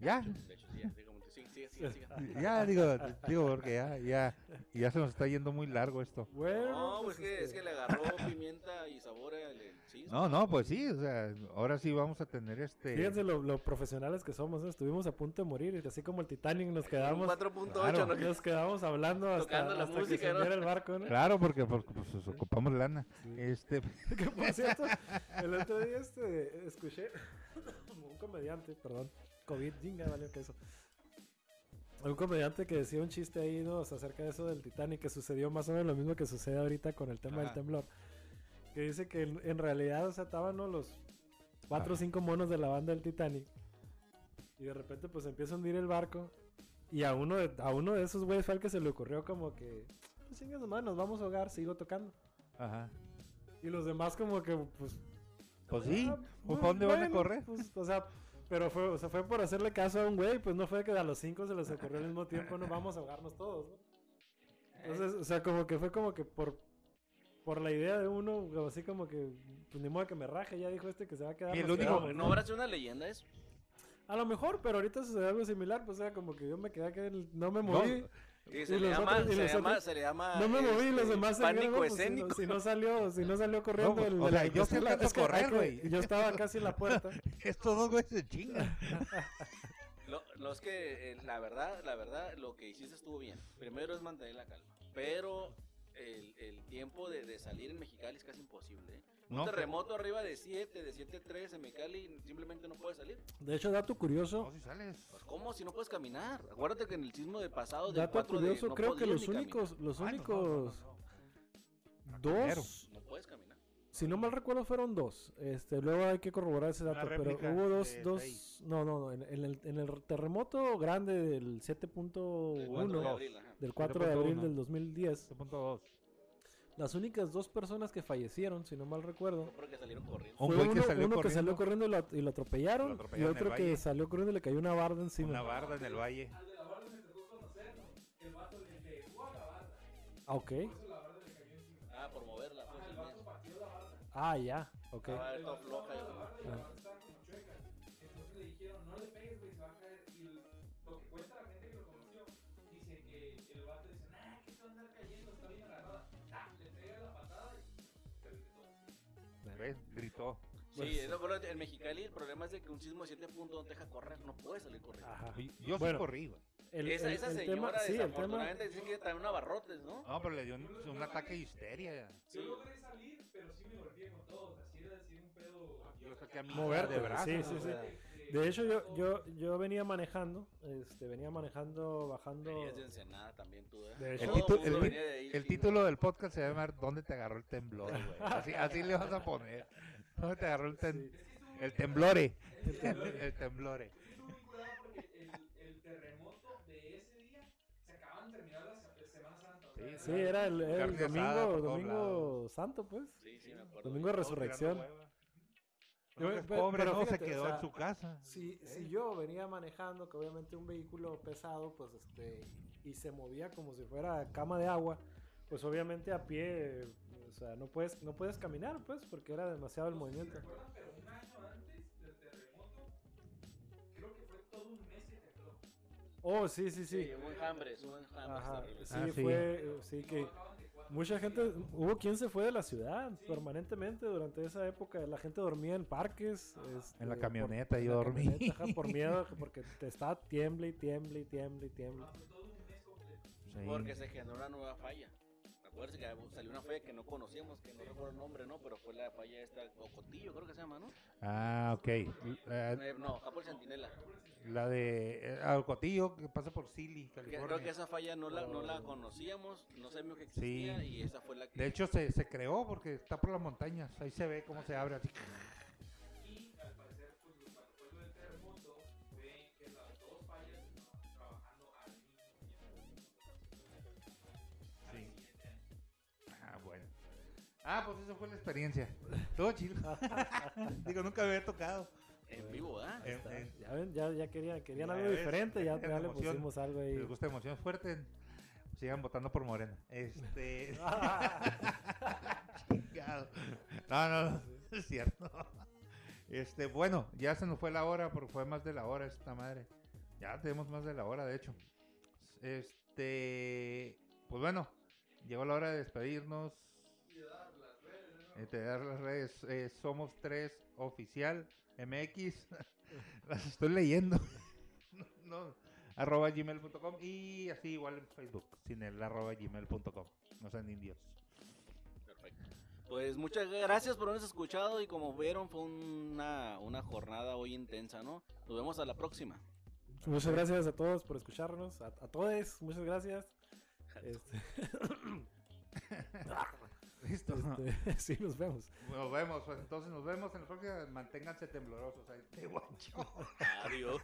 Speaker 1: Ya,
Speaker 3: De hecho, sí, ya, digamos, sí, sí, sí, sí.
Speaker 1: ya, digo, digo, porque ya, ya, ya se nos está yendo muy largo esto.
Speaker 2: Bueno,
Speaker 3: No, pues
Speaker 2: pues,
Speaker 3: que, es
Speaker 2: este,
Speaker 3: que le agarró pimienta y sabor al el sismo.
Speaker 1: No, no, pues sí, o sea, ahora sí vamos a tener este.
Speaker 2: Fíjense lo, lo profesionales que somos, ¿eh? estuvimos a punto de morir, y así como el Titanic nos
Speaker 3: Un
Speaker 2: quedamos
Speaker 3: 4.8,
Speaker 1: Claro.
Speaker 3: ¿no?
Speaker 2: Nos quedamos hablando hasta,
Speaker 3: Tocando la
Speaker 2: hasta que
Speaker 3: música,
Speaker 2: se
Speaker 3: ¿no?
Speaker 2: hundiera el barco, ¿no?
Speaker 1: Claro, porque, porque, pues, ocupamos lana.
Speaker 2: Sí.
Speaker 1: Este,
Speaker 2: Que, por cierto, el otro día este, escuché un comediante, perdón, COVID, chinga, valió que eso. Un comediante que decía un chiste ahí, ¿no? O sea, acerca de eso del Titanic, que sucedió más o menos lo mismo que sucede ahorita con el tema
Speaker 1: Ajá.
Speaker 2: del temblor. que dice que en, en realidad, o sea, estaban ¿no? los cuatro o cinco monos de la banda del Titanic. Y de repente, pues empieza a hundir el barco. Y a uno de, a uno de esos güeyes fue al que se le ocurrió como que, pues chingas nomás, nos vamos a ahogar, sigo tocando.
Speaker 1: Ajá.
Speaker 2: Y los demás como que, pues...
Speaker 1: Pues sí,
Speaker 2: ah,
Speaker 1: ¿o
Speaker 2: pues,
Speaker 1: ¿para dónde van a
Speaker 2: bueno,
Speaker 1: correr?
Speaker 2: pues, o sea, pero fue, o sea, fue por hacerle caso a un güey, pues no fue que a los cinco se les ocurrió al mismo tiempo, no vamos a ahogarnos todos, ¿no? Entonces, o sea, como que fue como que por, por la idea de uno, como así como que, pues ni modo que me raje, ya dijo este que se va a quedar.
Speaker 1: Y el
Speaker 2: nos
Speaker 1: único-
Speaker 2: quedamos,
Speaker 3: ¿No habrá sido una leyenda eso?
Speaker 2: A lo mejor, pero ahorita sucedió algo similar, pues o sea, como que yo me quedé que no me
Speaker 1: No,
Speaker 2: moví.
Speaker 3: Y se,
Speaker 2: ¿Y
Speaker 3: le
Speaker 2: los
Speaker 3: llama,
Speaker 2: otros- y
Speaker 3: se,
Speaker 2: los
Speaker 3: llama,
Speaker 2: otros?
Speaker 3: se le llama...
Speaker 2: No me moví, los
Speaker 3: este,
Speaker 2: demás se
Speaker 3: Pánico
Speaker 2: quedaron, pues, si no-
Speaker 3: escénico.
Speaker 2: Si, no, salió, si no salió corriendo
Speaker 1: No, pues,
Speaker 2: el
Speaker 1: o
Speaker 2: de
Speaker 1: sea,
Speaker 2: la
Speaker 1: yo sí
Speaker 2: pistola,
Speaker 1: alcanzo
Speaker 2: es que
Speaker 1: a correr,
Speaker 2: acá-
Speaker 1: güey.
Speaker 2: Yo estaba casi en la puerta.
Speaker 1: Estos dos güeyes se chingan.
Speaker 3: Lo- los que, eh, la verdad, la verdad, lo que hiciste estuvo bien. Primero es mantener la calma. Pero el, el tiempo de, de salir en Mexicali es casi imposible. ¿eh?
Speaker 1: No,
Speaker 3: Un terremoto arriba de 7, de 7.3 en Mexicali, simplemente no puedes salir.
Speaker 2: De hecho, dato
Speaker 1: No,
Speaker 2: curioso,
Speaker 1: si sales.
Speaker 3: Pues, ¿cómo si no puedes caminar? Acuérdate que en el sismo de pasado del
Speaker 2: dato
Speaker 3: 4 de
Speaker 2: curioso,
Speaker 3: no
Speaker 2: creo que
Speaker 3: podías
Speaker 2: los
Speaker 3: ni
Speaker 2: únicos, los
Speaker 1: Ay, no, no, no,
Speaker 2: únicos
Speaker 1: no, Racanero.
Speaker 2: dos,
Speaker 3: caminar. No puedes caminar.
Speaker 2: si no mal recuerdo, fueron dos. Este, luego hay que corroborar ese
Speaker 1: Una
Speaker 2: dato, pero
Speaker 1: réplica
Speaker 2: hubo dos,
Speaker 1: de
Speaker 2: dos,
Speaker 1: seis.
Speaker 2: no, no, no, en, en el, en el terremoto grande del
Speaker 3: El 4 de
Speaker 2: 7.1
Speaker 3: abril, ajá.
Speaker 2: del 4 de abril
Speaker 1: 7.1.
Speaker 2: del 2010,
Speaker 1: 7.2.
Speaker 2: las únicas dos personas que fallecieron, si no mal recuerdo,
Speaker 3: Yo creo que salieron corriendo.
Speaker 1: Un
Speaker 2: Fue
Speaker 1: güey
Speaker 2: uno,
Speaker 1: que salió
Speaker 2: uno que
Speaker 1: corriendo.
Speaker 2: salió corriendo y lo, at- y lo atropellaron.
Speaker 1: Lo atropellaron en
Speaker 2: y otro
Speaker 1: el
Speaker 2: que
Speaker 1: valle.
Speaker 2: salió corriendo y le cayó una barda encima.
Speaker 1: Una barda en el valle.
Speaker 4: Al de la barra me tocó conocerlo. El vato le pegó a la barra.
Speaker 2: Ah, ok.
Speaker 4: Por eso la barra le cayó encima.
Speaker 3: Ah, por moverla. pues,
Speaker 4: Ah, el
Speaker 3: el
Speaker 4: vato
Speaker 3: mes.
Speaker 4: partió la barra.
Speaker 2: Ah, ya. Ok.
Speaker 3: Estaba
Speaker 4: Le
Speaker 3: toda
Speaker 4: partió la
Speaker 3: floja. yo creo.
Speaker 4: barra y la
Speaker 2: Ah.
Speaker 4: barra estaba como chueca. Entonces le dijeron, no le pegues, güey, se va a caer. Y el- lo que cuenta la gente que lo conoció, dice que el vato dice, ah, que se va a andar cayendo, está bien agarrada. Ta, Le pega la patada y se le todo.
Speaker 1: ¿Ves? Gritó.
Speaker 3: Sí,
Speaker 1: pues.
Speaker 3: eso fue lo de- en Mexicali el problema es de que un sismo de 7 puntos no te deja correr, no puedes salir corriendo.
Speaker 2: Ajá.
Speaker 1: Y Yo
Speaker 2: Bueno.
Speaker 1: sí corrí, güey.
Speaker 2: El-
Speaker 3: esa
Speaker 2: el-
Speaker 3: esa
Speaker 2: el
Speaker 3: señora
Speaker 2: sí, el tema.
Speaker 3: desafortunadamente dice que trae una barrotes, ¿no?
Speaker 1: No, pero le dio un, un ataque de histeria.
Speaker 4: Yo
Speaker 3: Sí.
Speaker 4: logré salir, pero sí me golpeé con todos. Así era decir un pedo.
Speaker 1: Yo saqué a mi
Speaker 2: Moverte,
Speaker 1: de brazos.
Speaker 2: sí, sí, sí. De hecho, yo, yo, yo venía manejando. Este, venía manejando, bajando.
Speaker 3: Venías de Ensenada también tú, ¿eh?
Speaker 2: De hecho-
Speaker 1: El
Speaker 3: Todo
Speaker 1: título-
Speaker 3: mundo
Speaker 1: el-
Speaker 3: venía de ahí,
Speaker 1: El
Speaker 3: sí,
Speaker 1: título del podcast se va a llamar ¿Dónde te agarró el temblor, güey? Así, así le vas a poner. ¿Dónde te agarró el, tem- el temblore? El temblore.
Speaker 4: Estuve muy curado porque el, el terremoto de ese día se acaban de terminar las se- Semana Santa. o sea,
Speaker 1: Sí,
Speaker 2: Sí, era el, el
Speaker 1: Carne
Speaker 2: domingo,
Speaker 1: asada por todos
Speaker 2: domingo santo, pues.
Speaker 3: Sí, sí, me acuerdo.
Speaker 2: Domingo de resurrección. Yo-
Speaker 1: Porque el
Speaker 2: pero-
Speaker 1: pobre
Speaker 2: pero
Speaker 1: no se
Speaker 2: fíjate,
Speaker 1: quedó
Speaker 2: o sea,
Speaker 1: en su casa.
Speaker 2: Si, si yo venía manejando, que obviamente un vehículo pesado, pues este, y se movía como si fuera cama de agua, pues obviamente a pie, eh, o sea, no puedes, no puedes caminar, pues, porque era demasiado el movimiento.
Speaker 4: ¿Recuerdan? Pero un año antes del terremoto, creo que fue todo un mes que tembló.
Speaker 2: Oh, sí, sí,
Speaker 3: Sí,
Speaker 2: sí.
Speaker 3: un enjambre, un enjambre.
Speaker 2: Ajá,
Speaker 3: terrible.
Speaker 2: sí,
Speaker 1: Ah, sí.
Speaker 2: fue, eh, sí que mucha gente, hubo quien se fue de la ciudad permanentemente durante esa época, la gente dormía en parques. este,
Speaker 1: En la
Speaker 2: por-
Speaker 1: camioneta
Speaker 2: en
Speaker 1: yo
Speaker 2: la
Speaker 1: dormí.
Speaker 2: camioneta, ajá, por miedo, porque te está tiemble y tiemble y tiemble y tiemble.
Speaker 1: Sí.
Speaker 3: Porque se generó una nueva falla. Acuérdense que salió una falla que no conocíamos, que no recuerdo el nombre, ¿no? Pero fue la falla esta, o Cotillo, creo que se llama, ¿no?
Speaker 1: Ah, ok. La,
Speaker 3: Eh, no, Japón Centinela.
Speaker 1: la de eh, Alcotillo que pasa por Silly,
Speaker 3: Que- Creo que
Speaker 1: California.
Speaker 3: esa falla no la, no la conocíamos, no sabíamos que
Speaker 1: Oh. Sí.
Speaker 3: existía y esa fue la que...
Speaker 1: De hecho, se, se creó porque está por las montañas. Ahí se ve cómo se abre. Así.
Speaker 4: Y al parecer, pues, lo- cuando fue lo del terremoto, fue que las dos fallas estaban trabajando al mismo tiempo. Al
Speaker 1: Sí.
Speaker 4: siguiente año.
Speaker 1: Ah, bueno. Ah, pues esa fue la experiencia. Todo chido. Digo, nunca me había tocado.
Speaker 3: en vivo, ¿ah?
Speaker 1: En-
Speaker 2: Está,
Speaker 1: en-
Speaker 2: Ya ven, ya, ya querían, querían
Speaker 1: Ya
Speaker 2: algo
Speaker 1: ves,
Speaker 2: diferente, ya,
Speaker 1: ya
Speaker 2: ya le
Speaker 1: emoción.
Speaker 2: pusimos algo
Speaker 1: Si
Speaker 2: ahí.
Speaker 1: les gusta emociones fuertes, sigan votando por Morena. Este. Chingado. No, no, no, es cierto. Este, bueno, ya se nos fue la hora, porque fue más de la hora esta madre. Ya tenemos más de la hora, de hecho. Este, pues bueno, llegó la hora de despedirnos. Eh, de dar las redes. Eh, somos tres oficial MX. las estoy leyendo. no, arroba gmail.com y así igual en Facebook, sin el arroba gmail.com. No sean indios.
Speaker 3: Perfecto. Pues muchas gracias por habernos escuchado y como vieron fue una, una jornada hoy intensa, ¿no? Nos vemos a la próxima.
Speaker 2: Muchas gracias a todos por escucharnos, a, a todos, muchas gracias. Este,
Speaker 1: Listo.
Speaker 2: Este, sí, nos vemos.
Speaker 1: Nos vemos, pues entonces nos vemos en el próximo. Manténganse temblorosos. Ahí te guacho.
Speaker 3: Adiós.